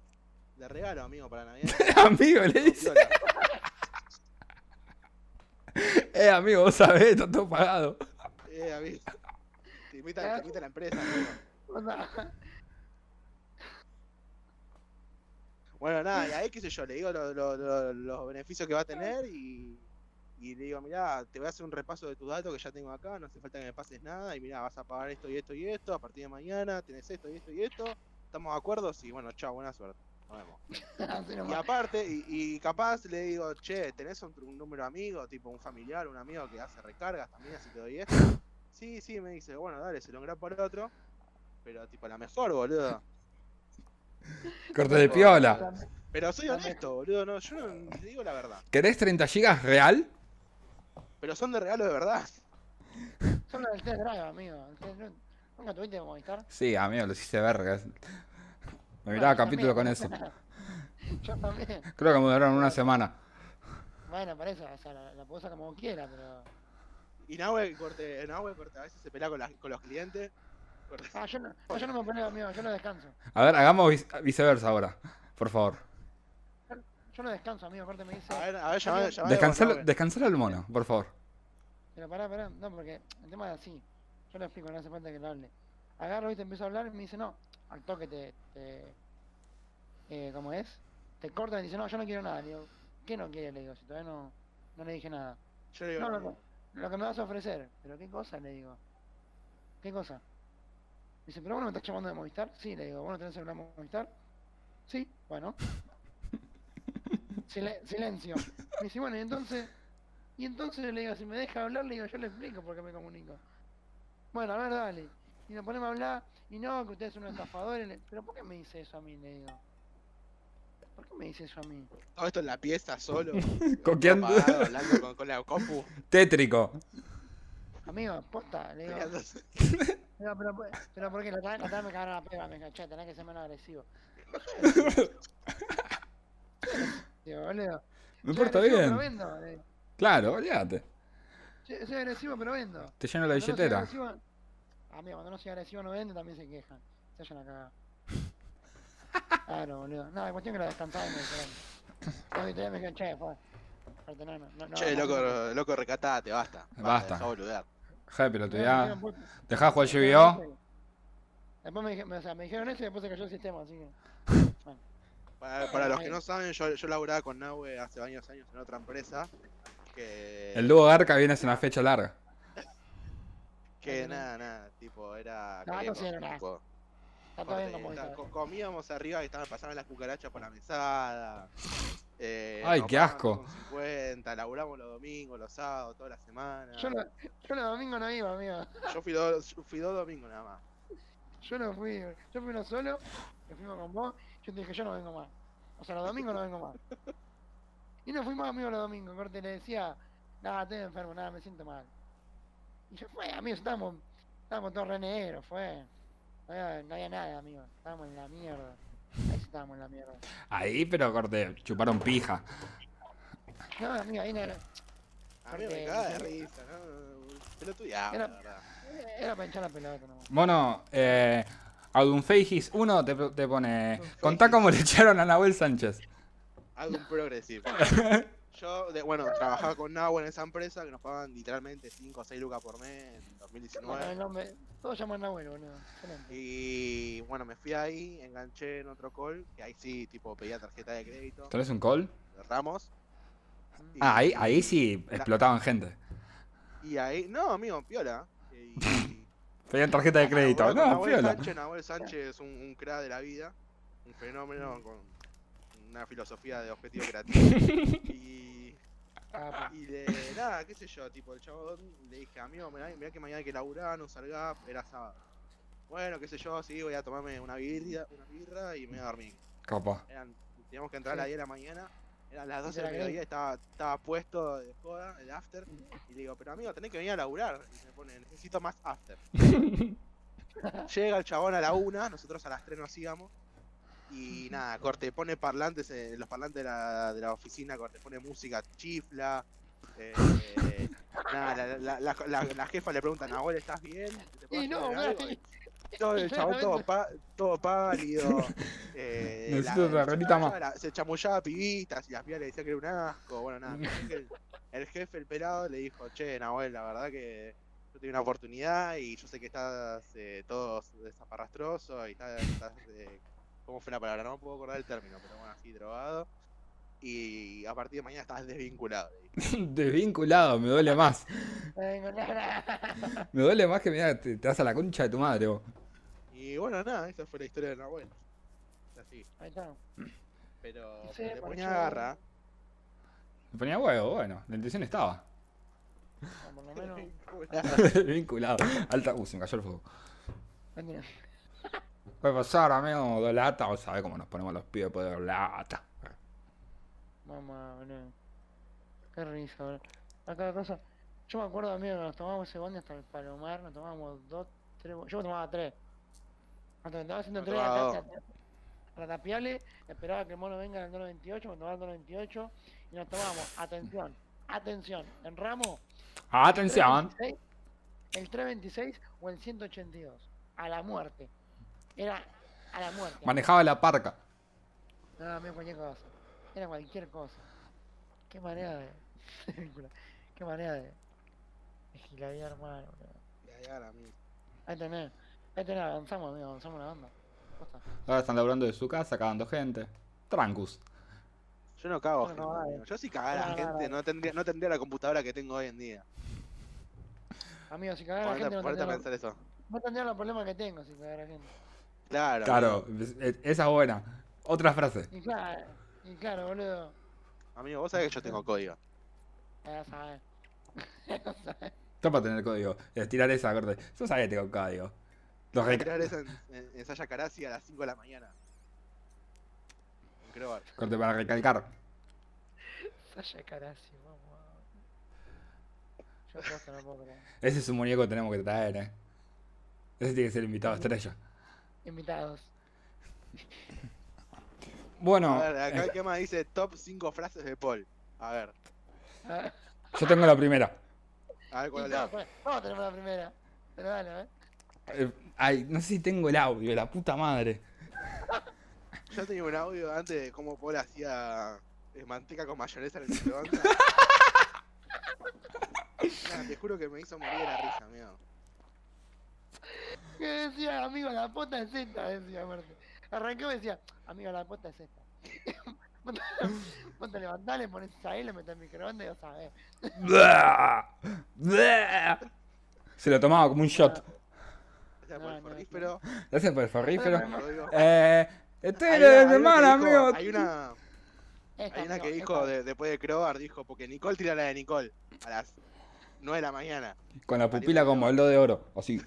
Speaker 2: De regalo, amigo, para Navidad.
Speaker 1: Amigo, le dice.
Speaker 2: Piola.
Speaker 1: Eh, amigo, vos sabés, está todo pagado.
Speaker 2: Eh, a mí. Te invita, te invita la empresa. amigo.
Speaker 4: O sea,
Speaker 2: Bueno, nada, y ahí qué sé yo, le digo lo- lo- lo- los beneficios que va a tener y, y le digo, mirá, te voy a hacer un repaso de tus datos que ya tengo acá, no hace falta que me pases nada, y mirá, vas a pagar esto y esto y esto, a partir de mañana tenés esto y esto y esto, ¿estamos de acuerdo? Sí, bueno, chao, buena suerte. Nos vemos.
Speaker 4: así
Speaker 2: Y
Speaker 4: nomás.
Speaker 2: aparte, y, y capaz le digo, che, ¿tenés un, un número amigo, tipo un familiar, un amigo que hace recargas también, así te doy esto? Sí, sí, me dice, bueno, dale, se lo engrapa el otro, pero tipo, la mejor, boludo.
Speaker 1: Corte de piola.
Speaker 4: Dame-
Speaker 2: Pero soy honesto, boludo, no, yo no, te digo la verdad.
Speaker 1: ¿Querés 30 gigas real?
Speaker 2: Pero son de regalo de verdad.
Speaker 4: Solo el test drive, amigo. el test drive. ¿Nunca tuviste Movistar?
Speaker 1: Sí, amigo, lo hiciste verga. Me miraba capítulo con eso.
Speaker 4: Yo también.
Speaker 1: Creo que me duraron una semana.
Speaker 4: Bueno, para eso, o sea, la, la puedo usar como quiera, pero.
Speaker 2: Y Nahue corte, Nahue corte, a veces se pelea con, las- con los clientes. Corte.
Speaker 4: Ah, yo no, no, yo no me peleo, amigo, yo no descanso.
Speaker 1: A ver, hagamos vice- viceversa ahora. Por favor.
Speaker 4: Yo no descanso, amigo, aparte me dice.
Speaker 2: A ver, a ver, llamá, llamá de vos,
Speaker 1: Descansalo,
Speaker 2: Nahue.
Speaker 1: descansalo al mono, por favor.
Speaker 4: Pero pará, pará, no, porque el tema es así. Yo lo explico, no hace falta que lo hable. Agarro y te empiezo a hablar y me dice, no, al toque te. te eh, ¿Cómo es? Te cortan y dice, no, yo no quiero nada. Le digo, ¿qué no quiere? Le digo, si todavía no, no le dije nada.
Speaker 2: Yo le digo,
Speaker 4: No, no, no. lo que me vas a ofrecer. Pero qué cosa, le digo. ¿Qué cosa? Dice, pero vos no me estás llamando de Movistar. Sí, le digo, ¿vos no tenés celular Movistar? Sí, bueno. Sile- silencio. Me dice, bueno, y entonces, y entonces le digo, si me deja hablar, le digo, yo le explico por qué me comunico. Bueno, a ver, dale. Y nos ponemos a hablar, y no, que ustedes son unos estafadores. le- Pero ¿por qué me dice eso a mí? Le digo. ¿Por qué me dice eso a mí?
Speaker 2: Todo esto en la pieza, solo.
Speaker 1: Coqueando.
Speaker 2: apagado, hablando con, con la compu.
Speaker 1: Tétrico.
Speaker 4: Amigo, posta, le digo. Pero, pero, pero, pero ¿por qué? La otra la otra vez me cagaron la peba, me dijo, che, tenés que ser menos agresivo. Digo, boludo.
Speaker 1: Me
Speaker 4: soy
Speaker 1: porto
Speaker 4: agresivo, Pero
Speaker 1: bien.
Speaker 4: vendo, le digo.
Speaker 1: Claro, olvídate.
Speaker 4: Soy soy agresivo, pero vendo.
Speaker 1: Te lleno la
Speaker 4: Cuando no soy
Speaker 1: billetera.
Speaker 4: agresivo- Amigo, cuando no soy agresivo no vendo, también se quejan. Se vayan a cagar. Claro, boludo. Nada, cuestión que lo descansaba y me dijeron. No, y todavía me dijeron, che, fue. Aparte, no, no, no, no,
Speaker 2: Che,
Speaker 4: no,
Speaker 2: loco,
Speaker 4: no,
Speaker 2: loco, recatate, basta.
Speaker 1: Basta.
Speaker 2: dejá boludear.
Speaker 1: Deja de
Speaker 4: me dijeron,
Speaker 1: pelotudear.
Speaker 4: "Vos-
Speaker 1: Dejá de jugar
Speaker 4: Después me
Speaker 1: yu
Speaker 4: dijeron- Después me, dije- me- o sea, me dijeron eso y después se cayó el sistema, así que. Bueno,
Speaker 2: Para, para los que no saben, yo, yo laburaba con Nahue hace varios años en otra empresa. Que,
Speaker 1: El dúo Garca viene en una fecha larga.
Speaker 2: que nada, nada, tipo, era.
Speaker 4: No, no
Speaker 2: queríamos,
Speaker 4: hicieron nada.
Speaker 2: tipo,
Speaker 4: está todo bien como
Speaker 2: corte,
Speaker 4: está.
Speaker 2: co- comíamos arriba y estaban pasando las cucarachas por la mesada. eh,
Speaker 1: Ay,
Speaker 2: nos
Speaker 1: qué
Speaker 2: pagaban
Speaker 1: asco.
Speaker 2: con 50, laburamos los domingos, los sábados, toda la semana.
Speaker 4: Yo, lo- yo los domingos no iba, amigo.
Speaker 2: Yo fui dos, yo fui dos domingos nada más.
Speaker 4: Yo no fui. Yo fui uno solo, que fuimos con vos. Yo te dije, yo no vengo más. O sea, los domingos no vengo más. Y no fui más amigo los domingos. Corte le decía, nada, estoy enfermo, nada, me siento mal. Y yo fue, amigos, estábamos, estábamos todos re negros, fue. No había, no había nada, amigo. Estábamos en la mierda. Ahí sí estábamos en la mierda.
Speaker 1: Ahí, pero corte, chuparon pija.
Speaker 4: No, amigo, ahí no era.
Speaker 2: A mí me
Speaker 4: Porque-
Speaker 2: caga de risa, ¿no? Pelotudeaba,
Speaker 4: Era-
Speaker 2: la verdad.
Speaker 4: Era para hinchar la pelota nomás.
Speaker 1: Bueno, eh, Adunfeijis 1 te, te pone. Contá cómo le echaron a Nahuel Sánchez.
Speaker 2: Algo un progresivo. Yo, de- bueno, trabajaba con Nahue en esa empresa que nos pagaban literalmente 5 o 6 lucas por mes en
Speaker 4: Bueno,
Speaker 2: 2019.
Speaker 4: el nombre, todos llaman a abuelo, boludo. Excelente.
Speaker 2: Y bueno, me fui ahí, enganché en otro call, que ahí sí, tipo, pedía tarjeta de crédito,
Speaker 1: ¿Tenés un call?
Speaker 2: Ramos. Y-
Speaker 1: Ah, ahí, ahí sí explotaban gente.
Speaker 2: Y ahí, no, amigo, piola. Eh, Y-
Speaker 1: Pedían tarjeta de crédito.
Speaker 2: Ahora con
Speaker 1: No,
Speaker 2: Nahuel
Speaker 1: piola.
Speaker 2: Sánchez, Nahuel Sánchez es un, un crack de la vida, un fenómeno con una filosofía de objetivo creativo. y,
Speaker 4: Capa.
Speaker 2: y de nada, qué sé yo, tipo, el chabón le dije, amigo, mirá, mirá que mañana hay que laburar, no salga, era sábado. Bueno, qué sé yo, sí, voy a tomarme una birra, una birra y me voy a dormir.
Speaker 1: Copa.
Speaker 2: Eran, teníamos que entrar a las
Speaker 4: Sí.
Speaker 2: 10 de la mañana, eran las
Speaker 4: Y
Speaker 2: 12
Speaker 4: te
Speaker 2: de
Speaker 4: la
Speaker 2: la mediodía, estaba, estaba puesto de joda, el after, y le digo, pero amigo, tenés que venir a laburar. Y me pone, necesito más after. Llega el chabón a la una, nosotros a las 3 nos íbamos. Y nada, corte, pone parlantes, en los parlantes de la, de la oficina, corte, pone música, chifla. eh, eh, nada, la, la- la- la- la jefa le pregunta, Nahuel, ¿estás bien? ¿Te puedo
Speaker 4: Y no,
Speaker 2: ayudar en algo?"
Speaker 4: güey.
Speaker 2: Todo el chabón todo, pa- todo pálido. Eh,
Speaker 1: Necesito otra
Speaker 2: se
Speaker 1: ranita más.
Speaker 2: chamullaba- se chamullaba a pibitas y las pibas le decían que era un asco. Bueno, nada. cuestión que el, el jefe, el pelado, le dijo, che, Nahuel, la verdad que yo tengo una oportunidad y yo sé que estás eh, todo desaparrastroso y estás, estás, eh, ¿cómo fue la palabra? No me puedo acordar el término, pero bueno, así drogado. Y a partir de mañana estás desvinculado. le dijo.
Speaker 1: Desvinculado, me duele más.
Speaker 4: Vengo, pues, nada.
Speaker 1: Me duele más que mirá, te, te das a la concha de tu madre vos.
Speaker 2: Y bueno, nada, esa fue la historia de Nahuel. Así.
Speaker 4: Ahí está.
Speaker 2: Pero,
Speaker 4: Sí,
Speaker 2: pero
Speaker 4: porque
Speaker 2: le ponía
Speaker 4: yo-
Speaker 2: garra.
Speaker 1: Me ponía huevo, bueno, la intención estaba.
Speaker 4: Bueno, por lo menos.
Speaker 1: Desvinculado. Alta. Uh, se me cayó el fuego.
Speaker 4: Mentira.
Speaker 1: Puede pasar, amigo, de lata, vos sabés cómo nos ponemos los pibes por de lata.
Speaker 4: Mamá, boludo. Qué risa, boludo. Acá cosa. Yo me acuerdo, amigo, que nos tomábamos ese bondi hasta el Palomar, nos tomábamos dos, tres. bo- Yo me tomaba tres. Cuando me estaba haciendo
Speaker 2: Yo
Speaker 4: tres
Speaker 2: tomaba
Speaker 4: acá,
Speaker 2: dos.
Speaker 4: hasta- hasta Tapiales, esperaba que el mono venga en el 298, me tomaba el 298 y nos tomábamos, atención, atención, en Ramos,
Speaker 1: Atención.
Speaker 4: 326, el 326 o el 182, a la muerte. Era a la muerte.
Speaker 1: Manejaba la parca.
Speaker 4: No, me cualquier cosa. Era cualquier cosa. Qué manera de. de vincular. Qué manera de. De giladear, hermano. boludo.
Speaker 2: Garra, amigo.
Speaker 4: Ahí tenés. Ahí tenés, avanzamos, amigo, avanzamos una banda. Posta.
Speaker 1: Ahora están laburando de su casa, cagando gente. Trancus.
Speaker 2: Yo no cago
Speaker 4: Yo no
Speaker 2: gente.
Speaker 4: cago a nadie.
Speaker 2: amigo. Yo si cagara
Speaker 4: Yo no cago a
Speaker 2: gente
Speaker 4: nadie.
Speaker 2: no tendría, no tendría la computadora que tengo hoy en día.
Speaker 4: Amigo, si cagar a la gente
Speaker 2: Ponete,
Speaker 4: no
Speaker 2: ponete a
Speaker 4: tendría
Speaker 2: pensar eso.
Speaker 4: los problemas que tengo si cagar a la gente.
Speaker 2: Claro.
Speaker 1: Claro, es- es- esa es buena. Otra frase.
Speaker 4: Y claro, y claro, boludo. Ah,
Speaker 2: Amigo, vos sabés que yo tengo código.
Speaker 4: Ya sabes.
Speaker 1: Está para tener código. Eh, Tirar esa, corte. Yo sabía que tengo código. Los
Speaker 2: Voy a
Speaker 1: rec-
Speaker 2: tirar esa en, en, en Saya Carasi a las 5 de la mañana. En Crobar.
Speaker 1: corte para recalcar.
Speaker 4: Sasha Carassi, vamos. Yo aposta no puedo creer.
Speaker 1: Ese es un muñeco que tenemos que traer, eh. Ese tiene que ser el invitado estrella.
Speaker 4: Invitados.
Speaker 1: Bueno,
Speaker 2: A ver, acá
Speaker 1: eh,
Speaker 2: el que más dice top 5 frases de Paul. A ver,
Speaker 4: Ah,
Speaker 1: yo tengo la primera.
Speaker 2: a ver
Speaker 4: y
Speaker 2: cuál
Speaker 4: todos,
Speaker 2: es.
Speaker 4: pues, Todos tenemos la primera. Pero dale, ¿eh?
Speaker 1: Eh, Ay, no sé si tengo el audio, la puta madre.
Speaker 2: Yo tenía un audio antes de cómo Paul hacía eh, manteca con mayonesa en el microondas. Nah, te juro que me hizo morir de la risa, amigo.
Speaker 4: Que decía, amigo, la posta es esta, decía Marte. Arrancó y decía, amigo, la posta es esta. Vos te- Vos te levantás, le pones ahí, le metes el microondas y vas a ver.
Speaker 1: Blah, blah. Se lo tomaba como un shot.
Speaker 2: Gracias por
Speaker 4: No,
Speaker 2: el
Speaker 4: no,
Speaker 2: forrífero.
Speaker 1: Gracias por el forrífero.
Speaker 2: por el forrífero.
Speaker 1: Eh, estoy
Speaker 2: Hay
Speaker 1: en
Speaker 2: una- hay
Speaker 1: el
Speaker 2: una que
Speaker 1: hermano,
Speaker 2: dijo-
Speaker 1: amigo.
Speaker 2: Hay una,
Speaker 4: Esta,
Speaker 2: hay una
Speaker 4: amigo,
Speaker 2: que dijo
Speaker 4: esta.
Speaker 2: de- después de Crobar, dijo, porque Nicole tira la de Nicole a las 9 de la mañana.
Speaker 1: Con la pupila como el de oro. Así.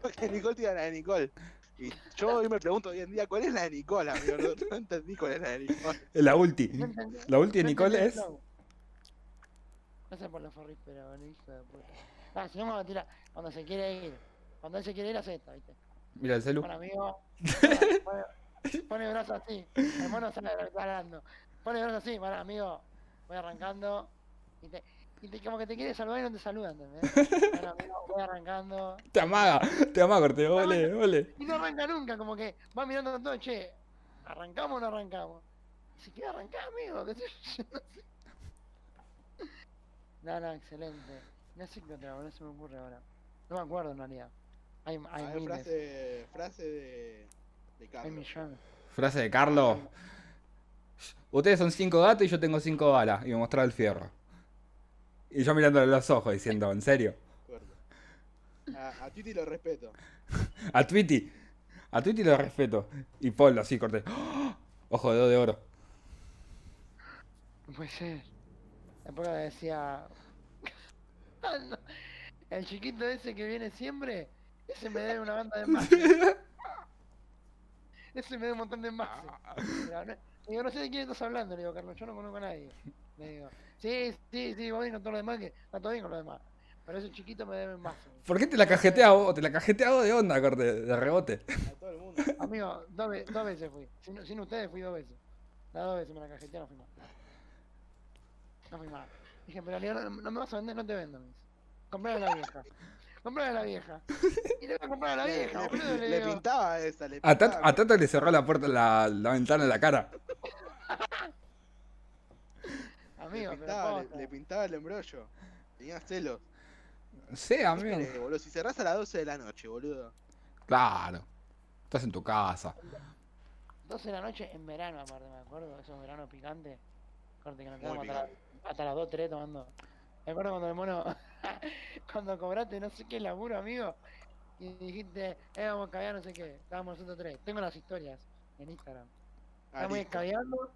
Speaker 2: Porque Nicole tira la de Nicole. Y yo hoy me pregunto hoy en día, ¿cuál es la de Nicole, amigo? No, no entendí cuál es la de Nicole.
Speaker 1: La ulti.
Speaker 4: No entendí-
Speaker 1: La ulti de
Speaker 4: no
Speaker 1: Nicole
Speaker 4: entendí el
Speaker 1: es.
Speaker 4: flow. Gracias por los forris, pero el hijo de puta. Ah, si no me va a tirar. Cuando se quiere ir. Cuando él se quiere ir, hace esta, ¿viste?
Speaker 1: Mira el celu.
Speaker 4: Bueno, amigo. pará, Pone, pone el brazo así. El mono sabe lo que está hablando. Pone el brazo así, para, amigo. Voy arrancando. Y te, y te- como que te quiere saludar y no te saludan, ¿entendés? Bueno, amigo, voy arrancando.
Speaker 1: Te amaga. Te amaga, corte. Ole, ole.
Speaker 4: Y no arranca nunca, como que va mirando todo, che, ¿arrancamos o no arrancamos? Si quiere arrancar, amigo, que yo no sé. No, no, excelente. No sé qué otra, no se me ocurre ahora. No me acuerdo en realidad. Hay, hay
Speaker 2: A ver,
Speaker 4: miles,
Speaker 2: Ah, frase, frase de, de
Speaker 4: hay
Speaker 2: Carlos.
Speaker 4: millones.
Speaker 1: Frase de Carlos. Ustedes son cinco gatos y yo tengo cinco balas. Y me mostraba el fierro. Y yo mirándole los ojos diciendo, ¿en serio?
Speaker 2: Acuerdo. A, a Titi lo respeto.
Speaker 1: A Twitty. A Twitty lo respeto. Y Paul así, corte. ¡Oh! Ojo de dos de oro.
Speaker 4: No puede ser. Tampoco decía. Ah, no. El chiquito ese que viene siempre, ese me debe una banda de más. ese me debe un montón de más. no, digo, no sé de quién estás hablando, le digo, Carlos, yo no conozco a nadie. Le digo, sí, sí, sí, vos con todo lo demás, que está todo bien con lo demás. Pero ese chiquito me debe más.
Speaker 1: ¿Por qué te la cajetea vos? Te la cajetea vos de onda, corte. De rebote.
Speaker 2: A todo el mundo.
Speaker 4: Amigo, dos, ve- dos veces fui. Sin, sin ustedes fui dos veces. Las dos veces me la cajeteé, no fui mal. No fui mal. Dije, pero Leonardo, no, no me vas a vender, no te vendo. me dice. Comprale a la vieja. Comprale a la vieja. Y le voy a comprar a la
Speaker 2: Le,
Speaker 4: vieja,
Speaker 2: le-
Speaker 4: boludo. Le,
Speaker 2: le
Speaker 4: digo.
Speaker 2: pintaba esa, le
Speaker 1: A
Speaker 2: pintaba.
Speaker 1: Tato, a Tato le cerró la puerta, la, la ventana en la cara.
Speaker 2: le,
Speaker 4: Amigo, pero
Speaker 2: pintaba, le,
Speaker 4: posta.
Speaker 2: le pintaba el embrollo. Tenía celos.
Speaker 1: Sí,
Speaker 2: ¿Qué
Speaker 1: amigo.
Speaker 2: querés, boludo? Si cerrás a las 12 de la noche, boludo.
Speaker 1: Claro. Estás en tu casa.
Speaker 4: 12 de la noche en verano, aparte, me acuerdo. Esos veranos picantes. Corte que nos
Speaker 2: Muy
Speaker 4: quedamos hasta, la- hasta las 2, 3 tomando. Me acuerdo cuando el mono. cuando cobraste no sé qué laburo, amigo. Y dijiste, eh, vamos a caviar, no sé qué. Estábamos nosotros tres. Tengo las historias en Instagram.
Speaker 2: Ah,
Speaker 4: Estamos
Speaker 2: listo.
Speaker 4: escabeando.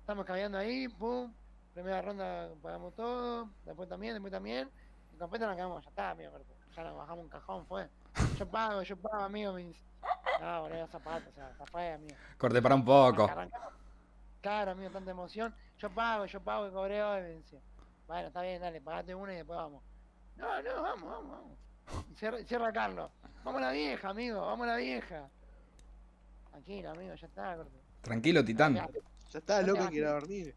Speaker 4: Estamos escabeando ahí, pum. Primera ronda pagamos todo. Después también, después también. Y con Petra nos quedamos, ya está, amigo. corte. Ya nos bajamos un cajón, fue. Yo pago, yo pago, amigo. Me dice, no, boludo, zapatos, o sea, está fue, amigo.
Speaker 1: Corte para un poco.
Speaker 4: Arrancamos. Claro, amigo, tanta emoción. Yo pago, yo pago y cobré hoy, me decía. Bueno, está bien, dale, pagate una y después vamos. No, no, vamos, vamos, vamos. Y Cierra, cierra Carlos. Vamos a la vieja, amigo, vamos a la vieja. Tranquilo, amigo, ya está, corte.
Speaker 1: Tranquilo, titán.
Speaker 2: Ya está,
Speaker 4: ¿Dónde
Speaker 2: loco,
Speaker 4: vas?
Speaker 2: quiero dormir.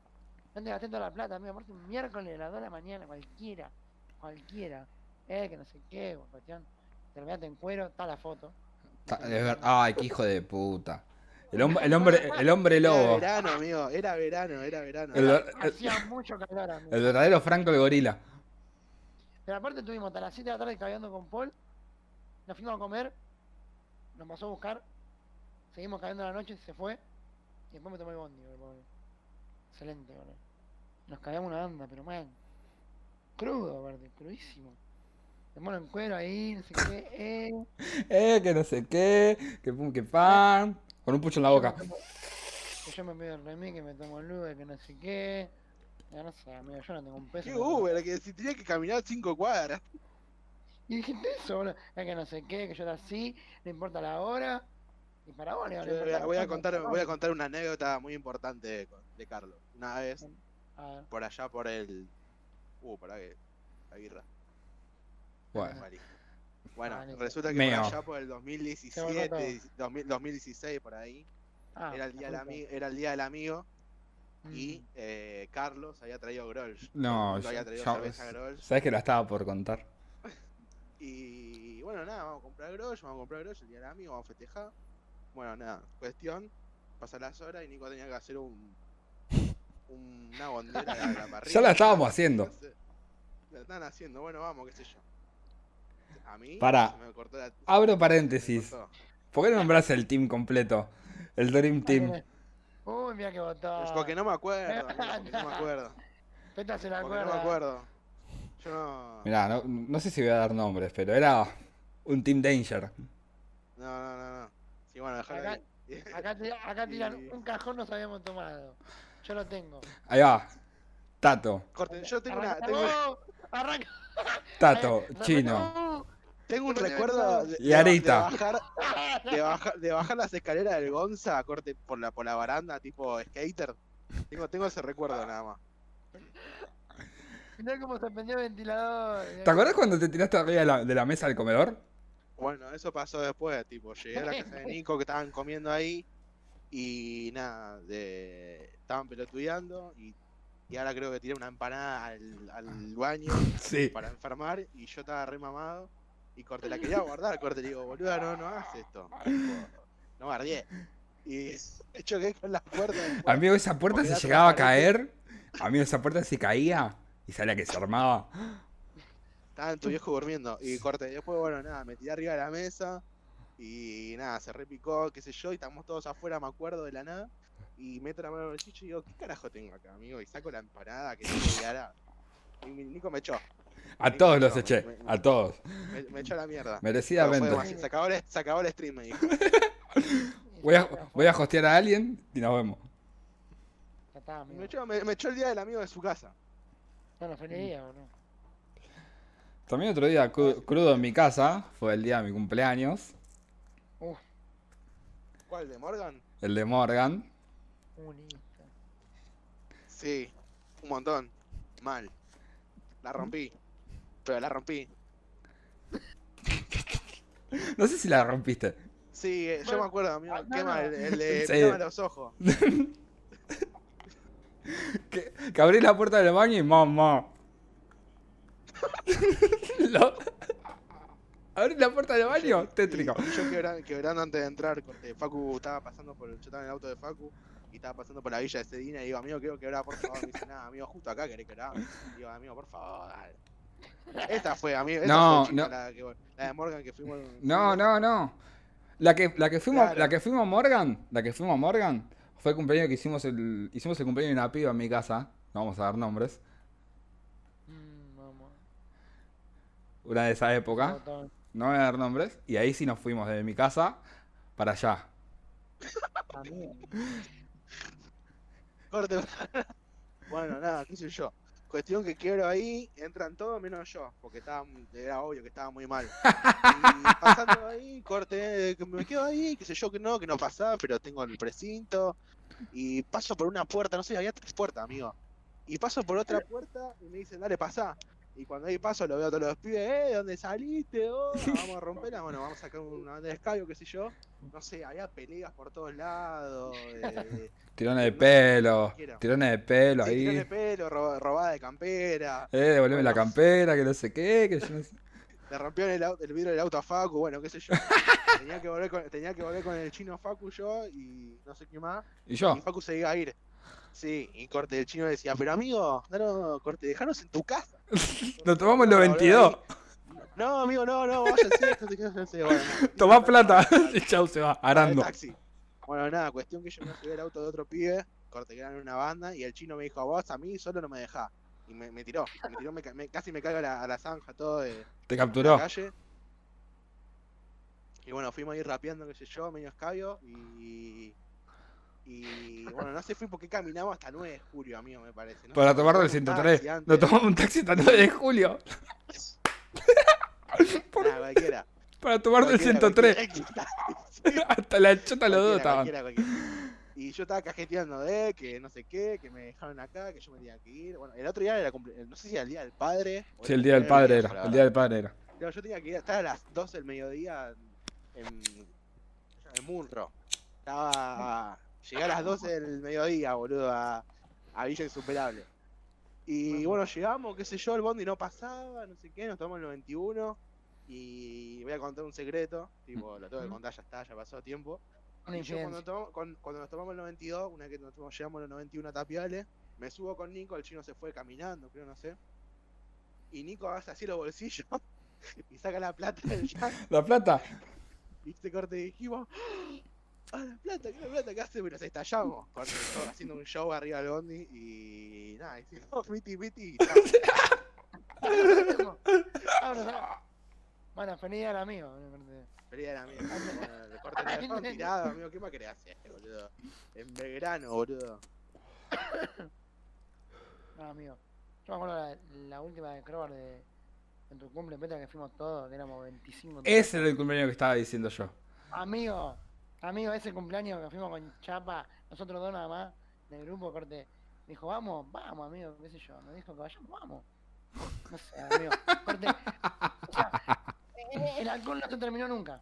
Speaker 4: No te gasté toda la plata, amigo. Aparte, un miércoles a las 2 de la mañana, cualquiera. Cualquiera. Eh, que no sé qué, bueno, cuestión. Terminaste en cuero, está la foto.
Speaker 1: Ta- es ver- Ay, qué hijo de puta. El, hom- el hombre el hombre
Speaker 2: Era
Speaker 1: lobo.
Speaker 2: verano, amigo. Era verano, era verano.
Speaker 1: El, ver- el-
Speaker 4: Hacía mucho calor, amigo.
Speaker 1: el verdadero Franco el gorila.
Speaker 4: Pero aparte estuvimos hasta las 7 de la tarde caviando con Paul. Nos fuimos a comer. Nos pasó a buscar. Seguimos caviando la noche, se fue. Y después me tomó el bondi, boludo, pobre. Excelente, boludo. Nos cagamos una banda, pero man. Crudo, aparte, crudísimo. el mono en cuero ahí, no sé qué. Eh,
Speaker 1: Eh, que no sé qué, que pum, que pan. Con un pucho en la boca.
Speaker 4: Yo me tomo- que yo me pido el remis, que me tomo el Uber, que no sé qué. Ya no sé, amigo, yo no tengo un peso.
Speaker 2: ¿Qué
Speaker 4: no tengo-
Speaker 2: Uber? Que si tenía que caminar cinco cuadras.
Speaker 4: Y dijiste eso, boludo. Es que no sé qué, que yo era así, no importa la hora. Y para vos,
Speaker 2: Yo
Speaker 4: Leo, no importa la
Speaker 2: Voy a, voy a
Speaker 4: hora,
Speaker 2: contar,
Speaker 4: para
Speaker 2: voy a
Speaker 4: vos.
Speaker 2: contar una anécdota muy importante de, de Carlos. Una vez,
Speaker 4: A ver,
Speaker 2: por allá por el. Uh, para que. La birra.
Speaker 1: Bueno.
Speaker 2: Marí. Bueno,
Speaker 4: Vale.
Speaker 2: resulta que
Speaker 1: Meo.
Speaker 2: por allá por el
Speaker 4: Ah. Se volvió todo.
Speaker 2: 2017, 2000 2016, por ahí,
Speaker 4: ah,
Speaker 2: era, el día del
Speaker 4: puta.
Speaker 2: ami- era el día del amigo y
Speaker 4: Mm.
Speaker 2: eh, Carlos había traído Grolsch.
Speaker 1: No,
Speaker 2: Yo había
Speaker 1: yo-
Speaker 2: traído
Speaker 1: yo-
Speaker 2: cerveza Grolsch.
Speaker 1: Sabes que lo estaba por contar.
Speaker 2: Y bueno, nada, vamos a comprar Grolsch, vamos a comprar Grolsch, el día del amigo, vamos a festejar. Bueno, nada, cuestión, pasan las horas y Nico tenía que hacer un una bandera de la parrilla.
Speaker 1: Ya la estábamos haciendo.
Speaker 2: No sé, La están haciendo, bueno, vamos, qué sé yo. A mí
Speaker 1: Pará.
Speaker 2: se me cortó la- se
Speaker 1: Abro
Speaker 2: me
Speaker 1: paréntesis.
Speaker 2: cortó.
Speaker 1: ¿Por qué no nombrás el team completo? El
Speaker 2: Ah,
Speaker 1: Dream Team.
Speaker 4: Uy, mira que botón.
Speaker 2: Es porque no me acuerdo, amigo, porque no me acuerdo.
Speaker 4: Peta se la
Speaker 2: Porque no
Speaker 4: acuerda.
Speaker 2: me acuerdo. Yo no.
Speaker 1: Mirá, no, no sé si voy a dar nombres, pero era un Team Danger.
Speaker 2: No, no, no, no. Sí, bueno, dejalo
Speaker 4: Acá,
Speaker 2: ahí.
Speaker 4: acá, te- acá tiran
Speaker 2: Y-
Speaker 4: un cajón, nos habíamos tomado. Yo lo tengo.
Speaker 1: Ahí va. Tato,
Speaker 2: Corten, yo tengo, una,
Speaker 4: Arranca-
Speaker 2: tengo,
Speaker 4: ¡Oh! Arranca.
Speaker 2: Eh,
Speaker 1: Tato,
Speaker 4: Arranca-
Speaker 1: chino.
Speaker 4: ¡Oh!
Speaker 2: tengo un
Speaker 4: Corte,
Speaker 2: recuerdo de,
Speaker 1: Y
Speaker 2: de-
Speaker 1: Arita.
Speaker 2: de bajar, de, baja- de bajar las escaleras del Gonza, corte por la, por la baranda, tipo skater. Tengo, tengo ese recuerdo nada más.
Speaker 4: Mirá cómo se prendió el ventilador. mirá
Speaker 1: ¿Te acordás
Speaker 4: cómo-
Speaker 1: cuando te tiraste arriba de la, de la mesa del comedor?
Speaker 2: Bueno, eso pasó después, tipo, llegué a la casa de Nico que estaban comiendo ahí y nada, de- estaban pelotudeando y, y ahora creo que tiré una empanada al, al baño
Speaker 1: Sí.
Speaker 2: para enfermar y yo estaba re mamado y corte la quería guardar, corte le digo, boluda, no, no hagas esto. Tipo, no guardé. Y choqué con la puerta. después.
Speaker 1: Amigo, esa puerta
Speaker 2: Porque
Speaker 1: se
Speaker 2: era
Speaker 1: llegaba a caer.
Speaker 2: transparente.
Speaker 1: Amigo, esa puerta se caía y salía que se armaba.
Speaker 2: Estaba tu viejo durmiendo. Y corte, después, bueno, nada, me tiré arriba de la mesa. Y nada, se repicó, qué sé yo, y estamos todos afuera, me acuerdo de la nada. Y meto la mano en el bolsillo y digo, ¿qué carajo tengo acá, amigo? Y saco la empanada que tengo de ara. Y mi Nico me echó,
Speaker 1: A todos los eché, a todos.
Speaker 2: me, me echó a la mierda. Pero fue
Speaker 1: Merecidamente.
Speaker 2: demasiado- se, acabó el, se acabó el stream, me dijo.
Speaker 1: Voy a, voy a hostear a alguien y nos vemos.
Speaker 4: Ya está, amigo.
Speaker 2: Me echó, me- me echó el día del amigo de su casa.
Speaker 4: Bueno, feliz día, boludo.
Speaker 1: También otro día cru- crudo en mi casa, fue el día de mi cumpleaños,
Speaker 2: ¿Cuál, de Morgan?
Speaker 1: el de Morgan.
Speaker 4: Un hijo.
Speaker 2: Sí, un montón. Mal.
Speaker 4: ¿Mm?
Speaker 2: La rompí. Pero la rompí.
Speaker 1: No sé si la rompiste.
Speaker 2: Sí, eh, yo
Speaker 4: Bueno,
Speaker 2: me acuerdo, amigo.
Speaker 4: ah, no,
Speaker 2: quema
Speaker 4: no.
Speaker 2: el, el de
Speaker 1: Sí.
Speaker 2: pintaba los ojos.
Speaker 1: Que, que abrí la puerta del baño y mamá. Lo- Abrí la puerta del baño, tétrico.
Speaker 2: Y yo quebra- quebrando antes de entrar, corte, Facu estaba pasando por. Yo estaba en el auto de Facu y estaba pasando por la villa de Sedina y digo, amigo, quiero quebrar, por favor. Me dice, nada, amigo, justo acá querés quebrar. Digo, amigo, por favor, dale. Esta fue, amigo. Esa
Speaker 1: No,
Speaker 2: fue, chico,
Speaker 1: no.
Speaker 2: La, que- la de Morgan que fuimos.
Speaker 1: No, no, no. La que, la que fuimos,
Speaker 2: Claro.
Speaker 1: la que fuimos a Morgan, la que fuimos a Morgan, fue el cumpleaños que hicimos el, hicimos el cumpleaños de una piba en mi casa. No vamos a dar nombres.
Speaker 4: Mm, vamos.
Speaker 1: Una de esa época.
Speaker 4: Botón.
Speaker 1: No voy a dar nombres. Y ahí sí nos fuimos desde mi casa para allá.
Speaker 4: Amigo.
Speaker 2: Corte. bueno, nada, qué sé yo. Cuestión que quiebro ahí, entran todos menos yo, porque estaba, mu- era obvio que estaba muy mal. Y pasando ahí, corte, que me quedo ahí, qué sé yo, que no, que no pasaba, pero tengo el precinto. Y paso por una puerta, no sé, había tres puertas, amigo. Y paso por otra puerta y me dicen, dale, pasá. Y cuando ahí paso lo veo a todos los pibes, eh, ¿de dónde saliste? Oh, vamos a romperla, bueno, vamos a sacar una banda de escabio, qué sé yo. No sé, había peleas por todos lados. eh,
Speaker 1: Tirones de
Speaker 2: No sé,
Speaker 1: pelo,
Speaker 2: quiero.
Speaker 1: tirones de pelo
Speaker 2: Sí, tirón de
Speaker 1: ahí.
Speaker 2: pelo, ro- robada de campera,
Speaker 1: Eh, devolveme la campera, que no sé qué, que yo no sé.
Speaker 2: le rompieron el, au- el vidrio del auto a Facu, bueno, qué sé yo. tenía, que volver con, tenía que volver con el chino Facu yo y no sé qué más.
Speaker 1: Y yo,
Speaker 2: Y Facu se iba a ir. Sí, y corte, el chino decía, pero amigo, no, no, corte, dejanos en tu casa.
Speaker 1: nos tomamos los
Speaker 2: No,
Speaker 1: 22,
Speaker 2: No, amigo, no, no, váyanse, no sé qué, no sé, bueno.
Speaker 1: tomá plata, y chau, se va,
Speaker 2: el
Speaker 1: arando.
Speaker 2: taxi. Bueno, nada, cuestión que yo me subí al auto de otro pibe, corte que eran una banda, y el chino me dijo, vos a mí solo no me dejás. Y me, me tiró, me tiró, me ca- me- casi me caigo a la, a la zanja, todo de,
Speaker 1: Te
Speaker 2: de la
Speaker 1: capturó.
Speaker 2: calle. Y bueno, fuimos ahí rapeando, qué sé yo, medio escabio. Y, y bueno, no sé fui porque caminamos hasta 9 de julio, amigo, me parece. ¿no?
Speaker 1: Para tomar del
Speaker 2: Tomamos un taxi
Speaker 1: 103.
Speaker 2: Ah, antes.
Speaker 1: Nos tomamos un taxi hasta el 9 de julio. por-
Speaker 2: Nah, cualquiera.
Speaker 1: Para tomar del
Speaker 2: cualquiera,
Speaker 1: 103.
Speaker 2: cualquiera.
Speaker 1: Hasta la chota los dos
Speaker 2: Cualquiera,
Speaker 1: estaban.
Speaker 2: cualquiera, cualquiera. Y yo estaba cajeteando de que no sé qué, que me dejaron acá, que yo me tenía que ir. Bueno, el otro día era cumple... no sé si era el día del padre. o
Speaker 1: Sí, el día del padre era.
Speaker 2: la
Speaker 1: El día del padre era.
Speaker 2: verdad. No, yo tenía que ir estar a las 12 del mediodía en, en Munro. Estaba. Llegué a las 12 del mediodía, boludo, a, a Villa Insuperable. Y bueno, llegamos, qué sé yo, el bondi no pasaba, no sé qué, nos tomamos el 91. Y voy a contar un secreto, tipo,
Speaker 1: Mm.
Speaker 2: lo tengo que contar, ya está, ya pasó tiempo.
Speaker 4: Una
Speaker 2: Y yo cuando,
Speaker 4: infidencia.
Speaker 2: tomo- con- cuando nos tomamos el 92, una vez que nos tomamos- llegamos a los 91 a Tapiales, me subo con Nico, el chino se fue caminando, creo, no sé. Y Nico hace así los bolsillos y saca la plata del jack
Speaker 1: La plata.
Speaker 2: y se corte y dijimos, ¡Ah, la plata, qué la plata que hace! Pero se estallamos, corte, todo haciendo un show arriba del bondi y nada, hicimos miti miti y chao.
Speaker 4: Abrazá. Ah, Bueno, feliz al amigo.
Speaker 2: Pelea de la mierda, bueno, el corte de fondo tirado, amigo, ¿qué más querés hacer, boludo? En Belgrano, boludo.
Speaker 4: No, amigo. Yo me acuerdo la, la última de Crowbar de, en tu cumple, Petra, que fuimos todos, que éramos 25.
Speaker 1: Ese era el cumpleaños que estaba diciendo yo.
Speaker 4: Amigo, amigo, ese cumpleaños que fuimos con Chapa, nosotros dos nada más, del grupo corte, dijo, vamos, vamos, amigo, qué sé yo, nos dijo que vayamos, vamos. No sé, amigo, corte. o sea, eh, el alcohol no se terminó nunca.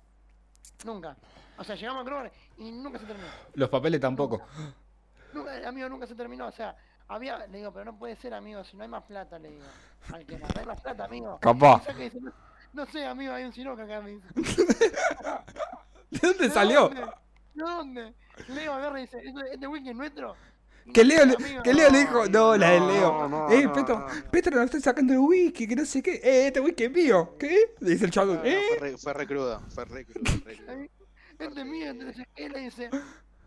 Speaker 4: Nunca. O sea, llegamos a Crobar y nunca se terminó.
Speaker 1: Los papeles tampoco.
Speaker 4: Nunca, amigo, nunca se terminó. O sea, había, le digo, pero no puede ser, amigo, si no hay más plata, le digo. Al que no hay más plata, amigo.
Speaker 1: Capaz.
Speaker 4: O sea que dice, no, no sé, amigo, hay un siroca acá, me dice.
Speaker 1: ¿De dónde
Speaker 4: ¿De
Speaker 1: salió?
Speaker 4: dónde? ¿De dónde? Leo agarra y dice, ¿este, este whisky es nuestro? Y
Speaker 1: Que
Speaker 4: no,
Speaker 1: Leo, le,
Speaker 4: amigo,
Speaker 1: que Leo le dijo, no, la de
Speaker 2: no,
Speaker 1: Leo.
Speaker 2: no,
Speaker 1: eh,
Speaker 2: no,
Speaker 1: Petro,
Speaker 2: no, no.
Speaker 1: Petro, no estoy sacando el whisky, que no sé qué. Eh, este whisky es mío. ¿Qué? Le dice el
Speaker 2: No,
Speaker 1: chavo,
Speaker 2: no,
Speaker 1: eh.
Speaker 2: fue, re, fue re crudo, fue re crudo, re crudo.
Speaker 4: Este es mío, entonces él le dice,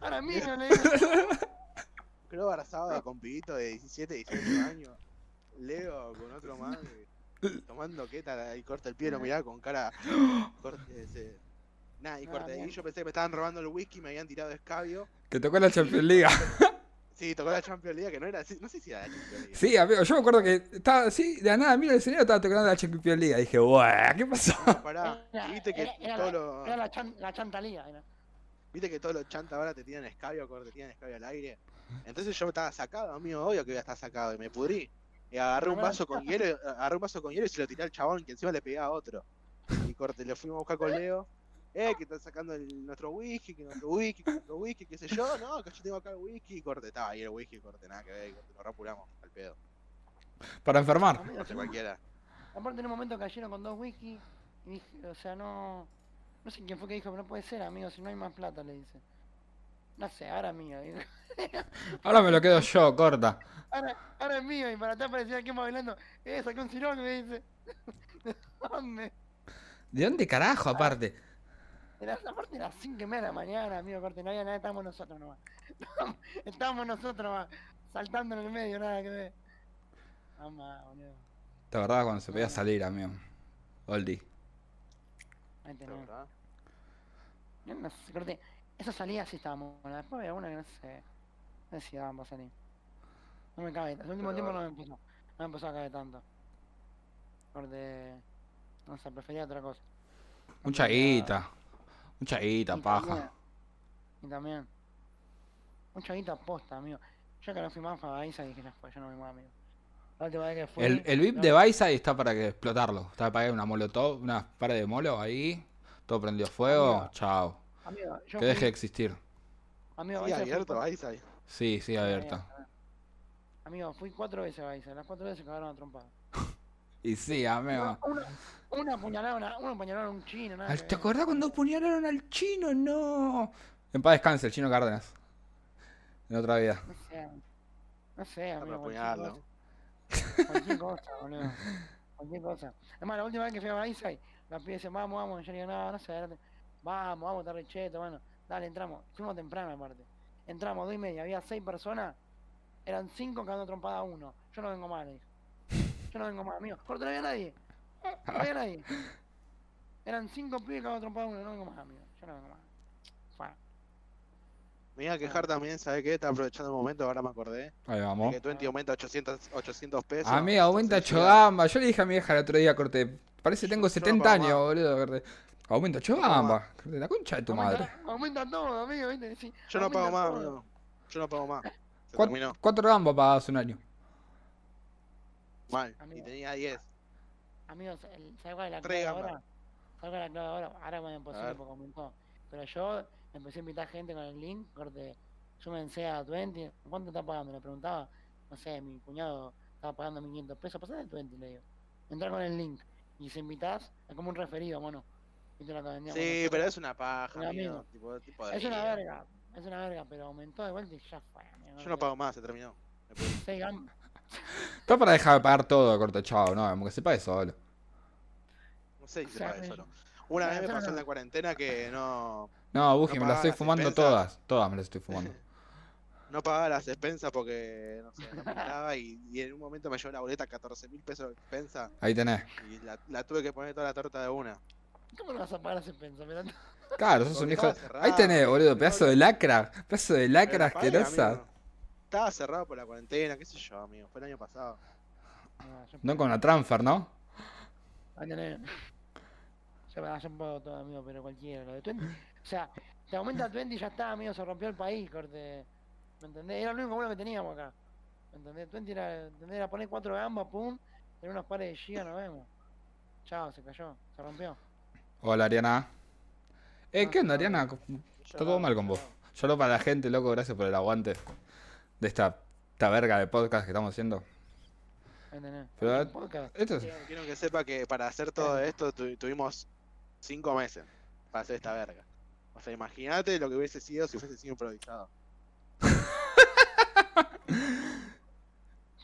Speaker 4: ahora mío, le dice.
Speaker 2: Creo abrazado con pibito de 17, 18 años. Leo con otro más. eh, Tomando queta y corta el pie, lo miraba con cara. Corta, ese. Nah, y
Speaker 4: Ah,
Speaker 2: corta.
Speaker 4: bien.
Speaker 2: Y yo pensé que me estaban robando el whisky, me habían tirado escabio.
Speaker 1: Que tocó la Champions League.
Speaker 2: Sí, tocó la Champions League, que no era. No sé si era la Champions League.
Speaker 1: Sí, amigo, yo me acuerdo que estaba así, de la nada, mira el señor, estaba tocando la Champions League. Dije, guau, ¿qué pasó?
Speaker 2: No, pará.
Speaker 4: Era-
Speaker 2: Y viste que
Speaker 4: era- era
Speaker 2: todos
Speaker 4: la-
Speaker 2: los.
Speaker 4: Era la, chan, la chantalía. Era.
Speaker 2: Viste que todos los chantas ahora te tiran escabio, corta, te tiran escabio al aire. Entonces yo estaba sacado, amigo, obvio que voy a estar sacado, y me pudrí. Y agarré un vaso con hielo, agarré un vaso con hielo y se lo tiré al chabón, que encima le pegaba a otro. Y corte, lo fuimos a buscar con Leo. Eh, que están sacando el- nuestro whisky, que nuestro whisky, que nuestro whisky, qué sé yo, no, que yo tengo acá el whisky, y corte, estaba ahí el whisky, corte, nada que ver, corte, lo rapuramos, al pedo.
Speaker 1: Para enfermar.
Speaker 4: Amigo,
Speaker 2: Corte cualquiera.
Speaker 4: Aparte en un momento cayeron con dos whisky y dije, o sea, no. No sé quién fue que dijo, pero no puede ser, amigo, si no hay más plata, le dice. No sé, ahora es mío. digo.
Speaker 1: Ahora me lo quedo yo, corta.
Speaker 4: Ahora, ahora es mío, y para atrás parecía que iba bailando. Eh, sacó un siroca, me dice. ¿De dónde?
Speaker 1: ¿De dónde carajo, aparte?
Speaker 4: Era, aparte era las 5 y media de la mañana, amigo, corte, no había nada, estábamos nosotros nomás. estábamos nosotros nomás, saltando en el medio, nada que ver. Mamá, boludo.
Speaker 1: Te acordás cuando se podía salir, amigo. Oldie.
Speaker 4: Ahí
Speaker 2: la
Speaker 4: tenés.
Speaker 2: verdad.
Speaker 4: Yo no sé, corte, esa salida sí estaba muy buena, después había una que no sé. No sé si daban para salir. No me cabe, el último
Speaker 2: Pero
Speaker 4: tiempo no
Speaker 2: bueno.
Speaker 4: me empezó. No me empezó a caer tanto. Corte. No sé, prefería otra cosa.
Speaker 1: Un
Speaker 4: Compraba-
Speaker 1: chaguita. Un chaguita,
Speaker 4: Y
Speaker 1: paja.
Speaker 4: también- Y también. Un chavito aposta, amigo. Yo que no fui más para Isa dije, ya fue, yo no fui más, amigo. La última vez que fui.
Speaker 1: El, el VIP
Speaker 4: no-
Speaker 1: de Baisa está para que explotarlo. Está para que una molotov, una pared de molo ahí. Todo prendió fuego.
Speaker 4: Amigo.
Speaker 1: Chao.
Speaker 4: Amigo, yo
Speaker 1: Que
Speaker 4: fui,
Speaker 1: deje de existir.
Speaker 4: Amigo,
Speaker 2: Sí,
Speaker 4: Baiza fui
Speaker 2: abierto,
Speaker 4: cuatro-
Speaker 2: ahí, ahí.
Speaker 1: Sí,
Speaker 4: Eh,
Speaker 1: sí, abierto.
Speaker 4: Amigo, fui cuatro veces a Isa, las cuatro veces se cagaron a trompada.
Speaker 1: Y sí, amigo.
Speaker 4: Una, una apuñalaron a, una apuñalaron a un chino, nada.
Speaker 1: Al-
Speaker 4: que
Speaker 1: ¿Te
Speaker 4: ver.
Speaker 1: acordás cuando apuñalaron al chino? No. En paz descanse, el chino Cárdenas. En otra vida.
Speaker 4: No sé. No sé,
Speaker 2: Está para
Speaker 4: amigo. cualquier
Speaker 2: apuñalarlo.
Speaker 4: cosa. Cualquier cosa, boludo. Cualquier cosa. Además, la última vez que fui a Baisai, los pibes dicen, vamos, vamos. Yo le digo, no, no sé, dale, vamos, vamos, está recheto, bueno. Dale, entramos. Fuimos temprano, aparte. Entramos, dos y media, había seis personas. Eran cinco cada trompada uno. Yo no vengo mal, le dije. Yo no vengo más, amigo. Porque no había nadie. No había nadie. Eran cinco pibes que había trompado uno. No vengo más, amigo. Yo no vengo más. Fua.
Speaker 2: Me iba a quejar también, ¿sabes qué? Está aprovechando el momento, ahora me acordé.
Speaker 1: Ahí
Speaker 2: de
Speaker 1: vamos.
Speaker 2: que Twenty aumenta 800, 800 pesos.
Speaker 1: Amiga, aumenta
Speaker 2: Entonces,
Speaker 1: chogamba. Yo le dije a mi vieja el otro día, corte. Parece que tengo
Speaker 2: Yo- yo no
Speaker 1: 70
Speaker 2: pago
Speaker 1: años,
Speaker 2: más.
Speaker 1: boludo. corte. Aumenta chogamba. Corte, La concha de tu madre.
Speaker 4: Aumenta, aumenta todo, amigo. ¿viste? Sí,
Speaker 2: Yo no pago
Speaker 4: aumenta
Speaker 2: más,
Speaker 4: todo.
Speaker 2: amigo. Yo no pago más. Se
Speaker 1: Cuat-
Speaker 2: terminó.
Speaker 1: Cuatro gambas pagabas un año.
Speaker 2: Mal. Y
Speaker 4: Amigo.
Speaker 2: tenía 10.
Speaker 4: Amigos, el- ¿sabes cuál es la
Speaker 2: Tres
Speaker 4: clave
Speaker 2: gambas.
Speaker 4: ahora? ¿Sabes cuál es la clave ahora? Ahora me
Speaker 2: A
Speaker 4: imposible
Speaker 2: ver.
Speaker 4: porque aumentó. Pero yo empecé a invitar gente con el link, corte, yo me enseñé a 20, ¿cuánto está pagando? Le preguntaba, no sé, mi cuñado estaba pagando 1500 pesos, pasá de 20, le digo. Entrá con el link. Y si invitás, es como un referido, mono. Viste lo que vendíamos
Speaker 2: Sí,
Speaker 4: nosotros.
Speaker 2: pero es una paja,
Speaker 4: Pero,
Speaker 2: amigo.
Speaker 4: amigo,
Speaker 2: Tipo, tipo de
Speaker 4: Es una
Speaker 2: vida.
Speaker 4: verga, es una verga, pero aumentó de vuelta y ya fue, amigo.
Speaker 2: Yo no pago más, se terminó. Me pude ir.
Speaker 4: Seis gambas.
Speaker 1: Está para dejar de pagar todo, corte, chao. No, como que se pague solo.
Speaker 2: No sé si
Speaker 4: O
Speaker 2: se
Speaker 4: sea,
Speaker 2: paga
Speaker 4: me-
Speaker 2: solo. Una
Speaker 4: no,
Speaker 2: vez me
Speaker 4: yo
Speaker 2: pasó
Speaker 4: no.
Speaker 2: en la cuarentena que no,
Speaker 1: No, Buji,
Speaker 2: No
Speaker 1: me las estoy
Speaker 2: pagabas
Speaker 1: fumando
Speaker 2: expensas.
Speaker 1: todas. Todas me las estoy fumando.
Speaker 2: no pagaba las expensas porque no sé, no me daba y, y en un momento me llevó la boleta 14 mil pesos de expensa
Speaker 1: Ahí tenés.
Speaker 2: y la, la tuve que poner toda la torta de una.
Speaker 4: ¿Cómo lo vas a pagar ese pensamiento?
Speaker 1: Claro, sos un
Speaker 2: Porque
Speaker 1: hijo. de-
Speaker 2: estaba cerrado,
Speaker 1: Ahí tenés, boludo.
Speaker 2: pero
Speaker 1: Pedazo de lacra. Pedazo de
Speaker 2: Pero
Speaker 1: lacra
Speaker 2: la pagué,
Speaker 1: asquerosa.
Speaker 2: amigo. Estaba cerrado por la cuarentena, qué sé yo, amigo. Fue el año pasado.
Speaker 4: No, yo
Speaker 1: No con la transfer, ¿no?
Speaker 4: Ándale. Se me hace un poco todo, amigo, pero cualquiera. Lo de 20. O sea, te aumenta 20 y ya está, amigo, se rompió el país, corte. ¿Me entendés? Era el único bueno que teníamos acá. ¿Me entendés? 20 era, ¿entendés? era poner cuatro gambas, pum, tener unos pares de gigas, nos vemos. Chao, se cayó, se rompió.
Speaker 1: Hola, Ariana. Eh,
Speaker 4: Ah,
Speaker 1: ¿qué onda,
Speaker 4: ah,
Speaker 1: Ariana? Está todo mal con vos. Solo para la gente, loco, gracias por el aguante de esta, esta verga de podcast que estamos haciendo.
Speaker 4: ¿Me entendés?
Speaker 1: Pero,
Speaker 4: Hay un podcast.
Speaker 1: Esto es-
Speaker 2: Quiero, quiero que sepa que para hacer todo
Speaker 4: Eh.
Speaker 2: esto tu- tuvimos cinco meses para hacer esta verga. O sea, imagínate lo que hubiese sido si hubiese sido improvisado.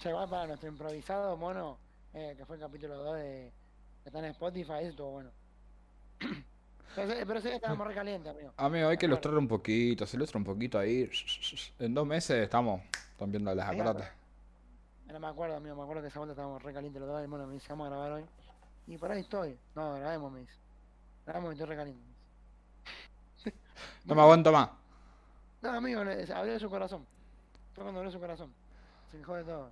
Speaker 4: Ya igual para nuestro improvisado mono, eh, que fue el capítulo 2 de. que está en Spotify, eso estuvo bueno. pero ese, pero ese día estábamos recaliente, amigo.
Speaker 1: Amigo, hay que ilustrar un poquito, se ilustra un poquito ahí. En dos meses estamos rompiendo las
Speaker 2: Mira,
Speaker 1: aparatas.
Speaker 4: No me acuerdo, amigo, me acuerdo que esa vuelta estábamos recalientes los dos, el mono me dice, vamos a grabar hoy. Y por ahí estoy. No, grabemos, me dice. Grabemos y estoy recaliente.
Speaker 1: No me aguanto más.
Speaker 4: No, amigo, le- abrió su corazón. Fue cuando abrió su corazón. Se quejó de todo.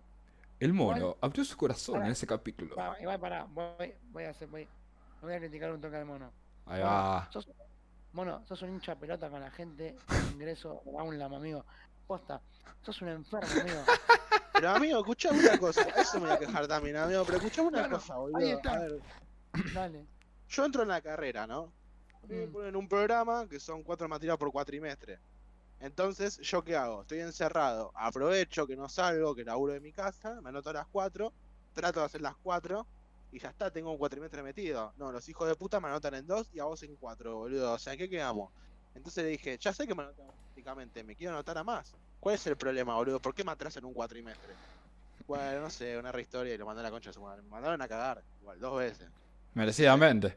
Speaker 1: El mono abrió su corazón en ese capítulo.
Speaker 4: Va, igual pará, voy, voy a hacer, voy, voy a criticar un toque al mono.
Speaker 1: Ahí va.
Speaker 4: Sos, mono, sos un hincha pelota con la gente con ingreso a un lama, amigo. Posta, sos un enfermo, amigo.
Speaker 2: Pero amigo, escuchame una cosa. Eso me voy a quejar también, amigo. Pero escuchame una
Speaker 4: Bueno,
Speaker 2: cosa, boludo.
Speaker 4: ahí está.
Speaker 2: A ver,
Speaker 4: Dale.
Speaker 2: yo entro en la carrera, ¿no? Me
Speaker 4: Mm.
Speaker 2: ponen un programa que son cuatro materias por cuatrimestre. Entonces, ¿yo qué hago? Estoy encerrado. Aprovecho que no salgo, que laburo de mi casa, me anoto a las cuatro, trato de hacer las cuatro y ya está, tengo un cuatrimestre metido. No, los hijos de puta me anotan en dos y a vos en cuatro, boludo. O sea, ¿en qué quedamos? Entonces le dije, ya sé que me anotan prácticamente, me quiero anotar a más. ¿Cuál es el problema, boludo? ¿Por qué me atrasan un cuatrimestre? Bueno, no sé, una rehistoria y lo mandé a la concha de su madre. Me mandaron a cagar, igual, dos veces.
Speaker 1: Merecidamente.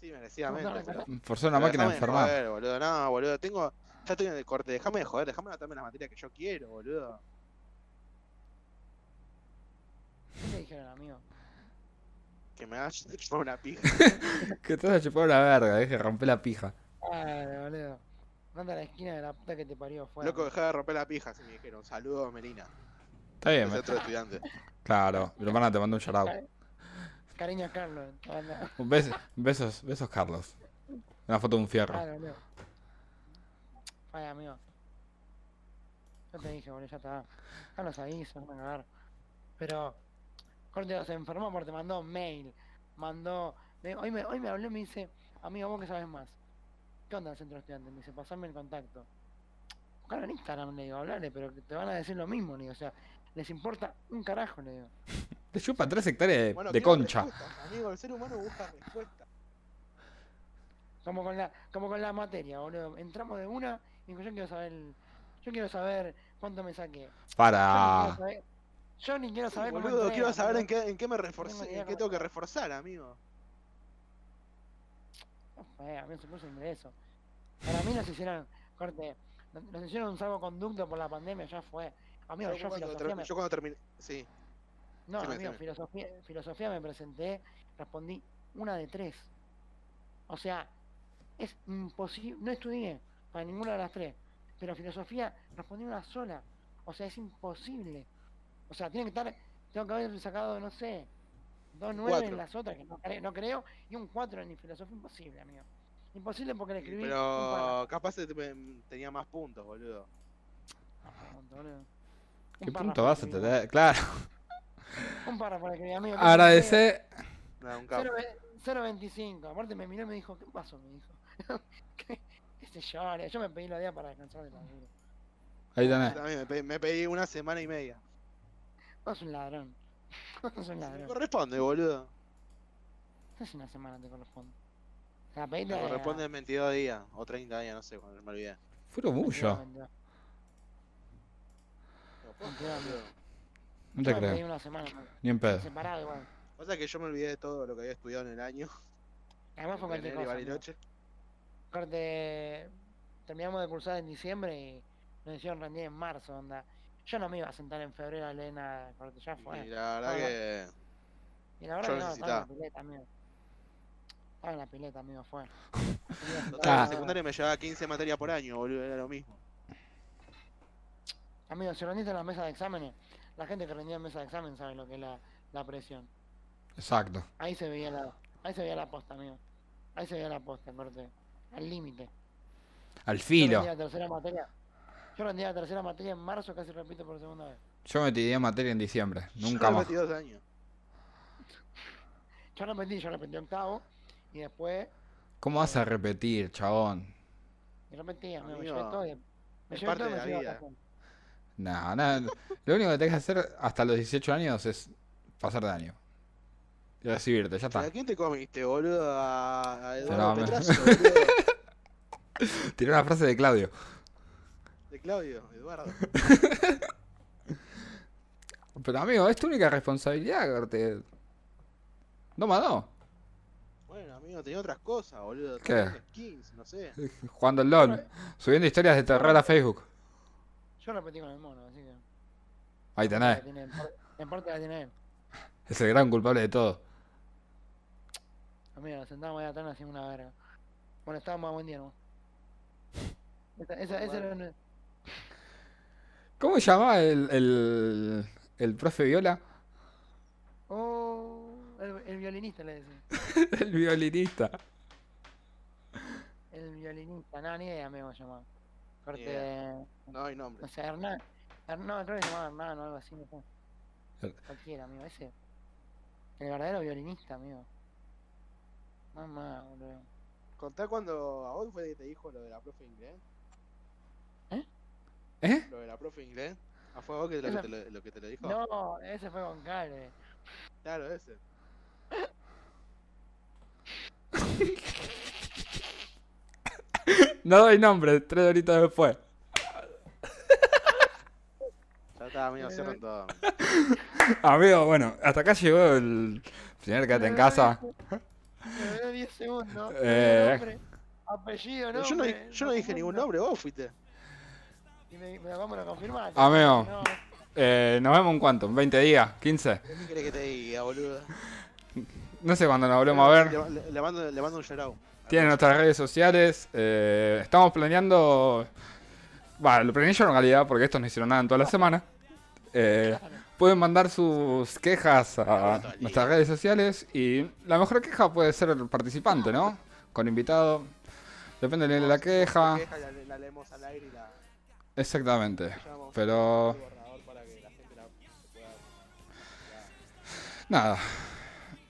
Speaker 2: Sí, merecidamente.
Speaker 4: Mandaron a
Speaker 2: pero-
Speaker 1: Por ser una máquina
Speaker 2: Déjame de
Speaker 1: enfermada.
Speaker 2: joder, boludo. No, boludo, tengo. Ya estoy en el corte, déjame de joder, déjame anotarme las materias que yo quiero, boludo.
Speaker 4: ¿Qué te dijeron, amigo?
Speaker 2: Que me hagas chupar una pija.
Speaker 1: Que te vas a chupar una verga, deje romper la pija.
Speaker 4: Ay, boludo. Manda a la esquina de la puta que te parió fuera.
Speaker 2: Loco, dejá de romper la pija, si me dijeron. Saludos, Melina.
Speaker 1: Está bien,
Speaker 2: Es
Speaker 1: Eh, me-
Speaker 2: otro estudiante.
Speaker 1: claro. Mi hermana te mando un shout out.
Speaker 4: Cariño a Carlos. Anda.
Speaker 1: Un beso- besos, besos, Carlos. Una foto de un fierro.
Speaker 4: Claro, boludo. Ay, amigo. Yo te dije, boludo, ya está. Ya los aviso, no me cagar. Pero, Corte se enfermó porque te mandó mail. Mandó. me- hoy, me, hoy me habló y me dice, amigo, vos que sabes más. ¿Qué onda el centro estudiante? Me dice, pasame el contacto. Buscalo en Instagram, le digo, hablale, pero que te van a decir lo mismo, le digo. O sea, les importa un carajo, le digo.
Speaker 1: Te chupa tres hectáreas de,
Speaker 2: Bueno,
Speaker 1: de
Speaker 2: quiero
Speaker 1: concha.
Speaker 2: respuestas, Amigo, el ser humano busca respuestas.
Speaker 4: Como con la, como con la materia, boludo. Entramos de una y dijo, yo quiero saber, yo quiero saber cuánto me saqué.
Speaker 1: Para.
Speaker 4: Yo ni quiero saber, yo ni quiero saber cómo
Speaker 2: Boludo,
Speaker 4: entré,
Speaker 2: quiero saber en
Speaker 4: amigo.
Speaker 2: qué, en qué
Speaker 4: No
Speaker 2: me
Speaker 4: tengo
Speaker 2: reforcé,
Speaker 4: ni idea
Speaker 2: en qué
Speaker 4: cómo
Speaker 2: tengo que reforzar, amigo.
Speaker 4: Eh, a mí se puso ingreso. Para mí nos hicieron, corte, nos- nos hicieron un salvoconducto por la pandemia, ya fue. Amigo, yo
Speaker 2: cuando,
Speaker 4: filosofía
Speaker 2: ter-
Speaker 4: me,
Speaker 2: yo cuando terminé. Sí.
Speaker 4: No,
Speaker 2: Sí, me
Speaker 4: amigo,
Speaker 2: tenés.
Speaker 4: filosofía, filosofía me presenté, respondí una de tres. O sea, es imposible, no estudié para ninguna de las tres, pero filosofía respondí una sola. O sea, es imposible. O sea, tiene que estar, tengo que haber sacado, no sé, dos nueve
Speaker 2: cuatro.
Speaker 4: en las otras, que no, cre- no creo, y un cuatro en filosofía, imposible, amigo. Imposible porque le escribí. un
Speaker 2: Pero
Speaker 4: párrafo,
Speaker 2: capaz que te- tenía más puntos, boludo.
Speaker 4: boludo. Un
Speaker 1: ¿Qué
Speaker 4: párrafo
Speaker 1: punto
Speaker 4: le
Speaker 1: vas a
Speaker 4: escribí,
Speaker 1: tener? Claro.
Speaker 4: Un párrafo le escribí, amigo. ¿qué querés?
Speaker 1: Agradecer.
Speaker 2: Nada, un capo.
Speaker 4: Cero ve- 0.25. Aparte me miró y me dijo, ¿qué pasó? Me dijo. ¿Qué, qué sé yo? le digo, Yo me pedí los días para descansar de laburo.
Speaker 1: Ahí
Speaker 2: Yo
Speaker 1: tenés.
Speaker 2: también me pe- me pedí una semana y media.
Speaker 4: Vos sos un ladrón. Vos sos un
Speaker 2: Me
Speaker 4: ladrón.
Speaker 2: corresponde, boludo.
Speaker 4: No es una semana te corresponde. La pedí
Speaker 2: Me corresponde 22 días o 30 días, no sé, cuando me olvidé.
Speaker 1: Fue orgullo.
Speaker 2: Pero,
Speaker 4: Entiendo.
Speaker 2: posta, boludo.
Speaker 1: No te
Speaker 4: me pedí
Speaker 1: creo.
Speaker 4: una semana.
Speaker 1: Ni en pedo.
Speaker 4: Separado igual.
Speaker 2: Pasa que yo me olvidé de todo lo que había estudiado en el año.
Speaker 4: Además fue cualquier
Speaker 2: entre enero y
Speaker 4: cosa. amigo.
Speaker 2: Bariloche.
Speaker 4: Corte, terminamos de cursar en diciembre y nos hicieron rendir en marzo, onda. Yo no me iba a sentar en febrero a leer nada, corte, ya fue.
Speaker 2: Y la verdad
Speaker 4: Ah,
Speaker 2: que.
Speaker 4: Y la verdad
Speaker 2: Yo
Speaker 4: que no, estaba en
Speaker 2: necesitaba.
Speaker 4: la pileta, amigo. Estaba en la pileta, amigo, fue.
Speaker 2: Total,
Speaker 1: Ah.
Speaker 2: en secundaria me llevaba 15 materias por año, boludo, era lo mismo.
Speaker 4: Amigo, si rendiste en las mesas de exámenes, la gente que rendía en mesa de examen sabe lo que es la, la presión.
Speaker 1: Exacto.
Speaker 4: Ahí se veía la, ahí se veía la posta, amigo. Ahí se veía la posta, corte. Al límite.
Speaker 1: Al
Speaker 4: Yo rendí
Speaker 1: filo.
Speaker 4: la tercera materia. Yo rendí la tercera materia en marzo, casi repito por segunda vez.
Speaker 1: Yo me tiré materia en diciembre.
Speaker 2: Yo
Speaker 1: Nunca
Speaker 2: era
Speaker 1: más.
Speaker 2: 22 años.
Speaker 4: Yo repetí, yo repetí octavo y después
Speaker 1: ¿Cómo vas a repetir, chabón?
Speaker 4: y repetí, amigo, me
Speaker 2: Amigo,
Speaker 4: llevé todo y me
Speaker 2: es
Speaker 4: llevé
Speaker 2: parte
Speaker 4: todo y me
Speaker 2: de la
Speaker 4: fui de
Speaker 2: vida.
Speaker 4: vacaciones.
Speaker 1: Nah, nah, Lo único que tenés que hacer hasta los 18 años es pasar de año. Y recibirte, ya
Speaker 2: ¿A
Speaker 1: está.
Speaker 2: quién te comiste, boludo? A, a Eduardo
Speaker 1: Pero, me-
Speaker 2: Petrazo, boludo.
Speaker 1: Tiré una frase de Claudio.
Speaker 2: De Claudio, Eduardo.
Speaker 1: Pero amigo, es tu única responsabilidad, Corte. No más no.
Speaker 2: Bueno, amigo, tenía otras cosas, boludo.
Speaker 1: ¿Qué?
Speaker 2: Tenía skins, no sé.
Speaker 1: Jugando al LOL. Subiendo historias de terror a Facebook.
Speaker 4: Yo repetí con el mono, así que.
Speaker 1: Ahí
Speaker 4: la
Speaker 1: tenés.
Speaker 4: tiene él, por- En parte la tiene él.
Speaker 1: Es el gran culpable de todo.
Speaker 4: Amigo, Ah, nos sentamos ahí atrás haciendo una verga. Bueno, estábamos a buen día, ¿no? Esa, esa, ese era un-
Speaker 1: ¿Cómo llamaba el, el, el profe Viola?
Speaker 4: Oh, el, el violinista le decía.
Speaker 1: El violinista.
Speaker 4: El violinista, no, ni idea, amigo, llamaba. Corte.
Speaker 2: No hay nombre.
Speaker 4: No sé, Hernán. Hernán, no, creo que se llamaba Hernán o algo así, no sé. Cualquiera, amigo, ese. El verdadero violinista, amigo. Mamá, boludo.
Speaker 2: Contá cuando a vos fue que te dijo lo de la profe inglés.
Speaker 1: ¿Eh?
Speaker 2: Lo de la profe inglés. ¿A fue a vos que lo, que
Speaker 4: Esa-
Speaker 2: te lo, lo que te lo dijo?
Speaker 4: No, ese fue con Cale.
Speaker 2: Claro, ese.
Speaker 1: No doy nombre, tres horitas después.
Speaker 2: Ya está, amigo, cierran todo. amigo.
Speaker 1: Amigo, bueno, hasta acá llegó el señor Quédate en casa.
Speaker 4: Me dio 10 segundos.
Speaker 1: Eh.
Speaker 4: Nombre, apellido,
Speaker 2: Pero
Speaker 4: no.
Speaker 2: yo no, di- yo no dije ningún nombre, vos fuiste.
Speaker 4: Y me, me, vamos a confirmar.
Speaker 1: Amigo.
Speaker 4: No,
Speaker 1: Eh, nos vemos en cuánto, en 20 días, 15.
Speaker 2: ¿Qué querés que te diga, boludo?
Speaker 1: No sé cuándo nos volvemos a ver.
Speaker 2: Le, le- le mando, le mando un shout out.
Speaker 1: Tienen nuestras redes sociales. eh, estamos planeando. Bueno, lo planeé yo en realidad porque estos no hicieron nada en toda la semana. Eh, pueden mandar sus quejas a nuestras redes sociales y la mejor queja puede ser el participante, ¿no? Con invitado. Depende de la queja.
Speaker 2: queja la, la leemos al aire y la
Speaker 1: Exactamente.
Speaker 2: llamamos
Speaker 1: Pero
Speaker 2: al borrador para que la gente la se pueda.
Speaker 1: nada,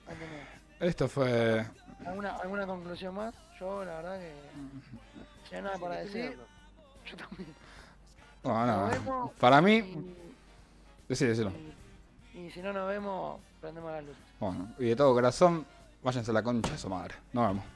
Speaker 4: ahí tenés.
Speaker 1: esto fue.
Speaker 4: ¿Alguna, ¿Alguna conclusión más? Yo, la verdad que. Si no hay nada para
Speaker 2: Sí, estoy
Speaker 4: decir,
Speaker 2: mirando.
Speaker 4: yo también.
Speaker 1: Bueno,
Speaker 4: Nos
Speaker 1: nada.
Speaker 4: vemos
Speaker 1: Para
Speaker 4: y,
Speaker 1: mí, sí, decilo.
Speaker 4: y, y si no nos vemos, prendemos la luz.
Speaker 1: Bueno, y de todo corazón, váyanse a la concha de su madre. Nos vemos.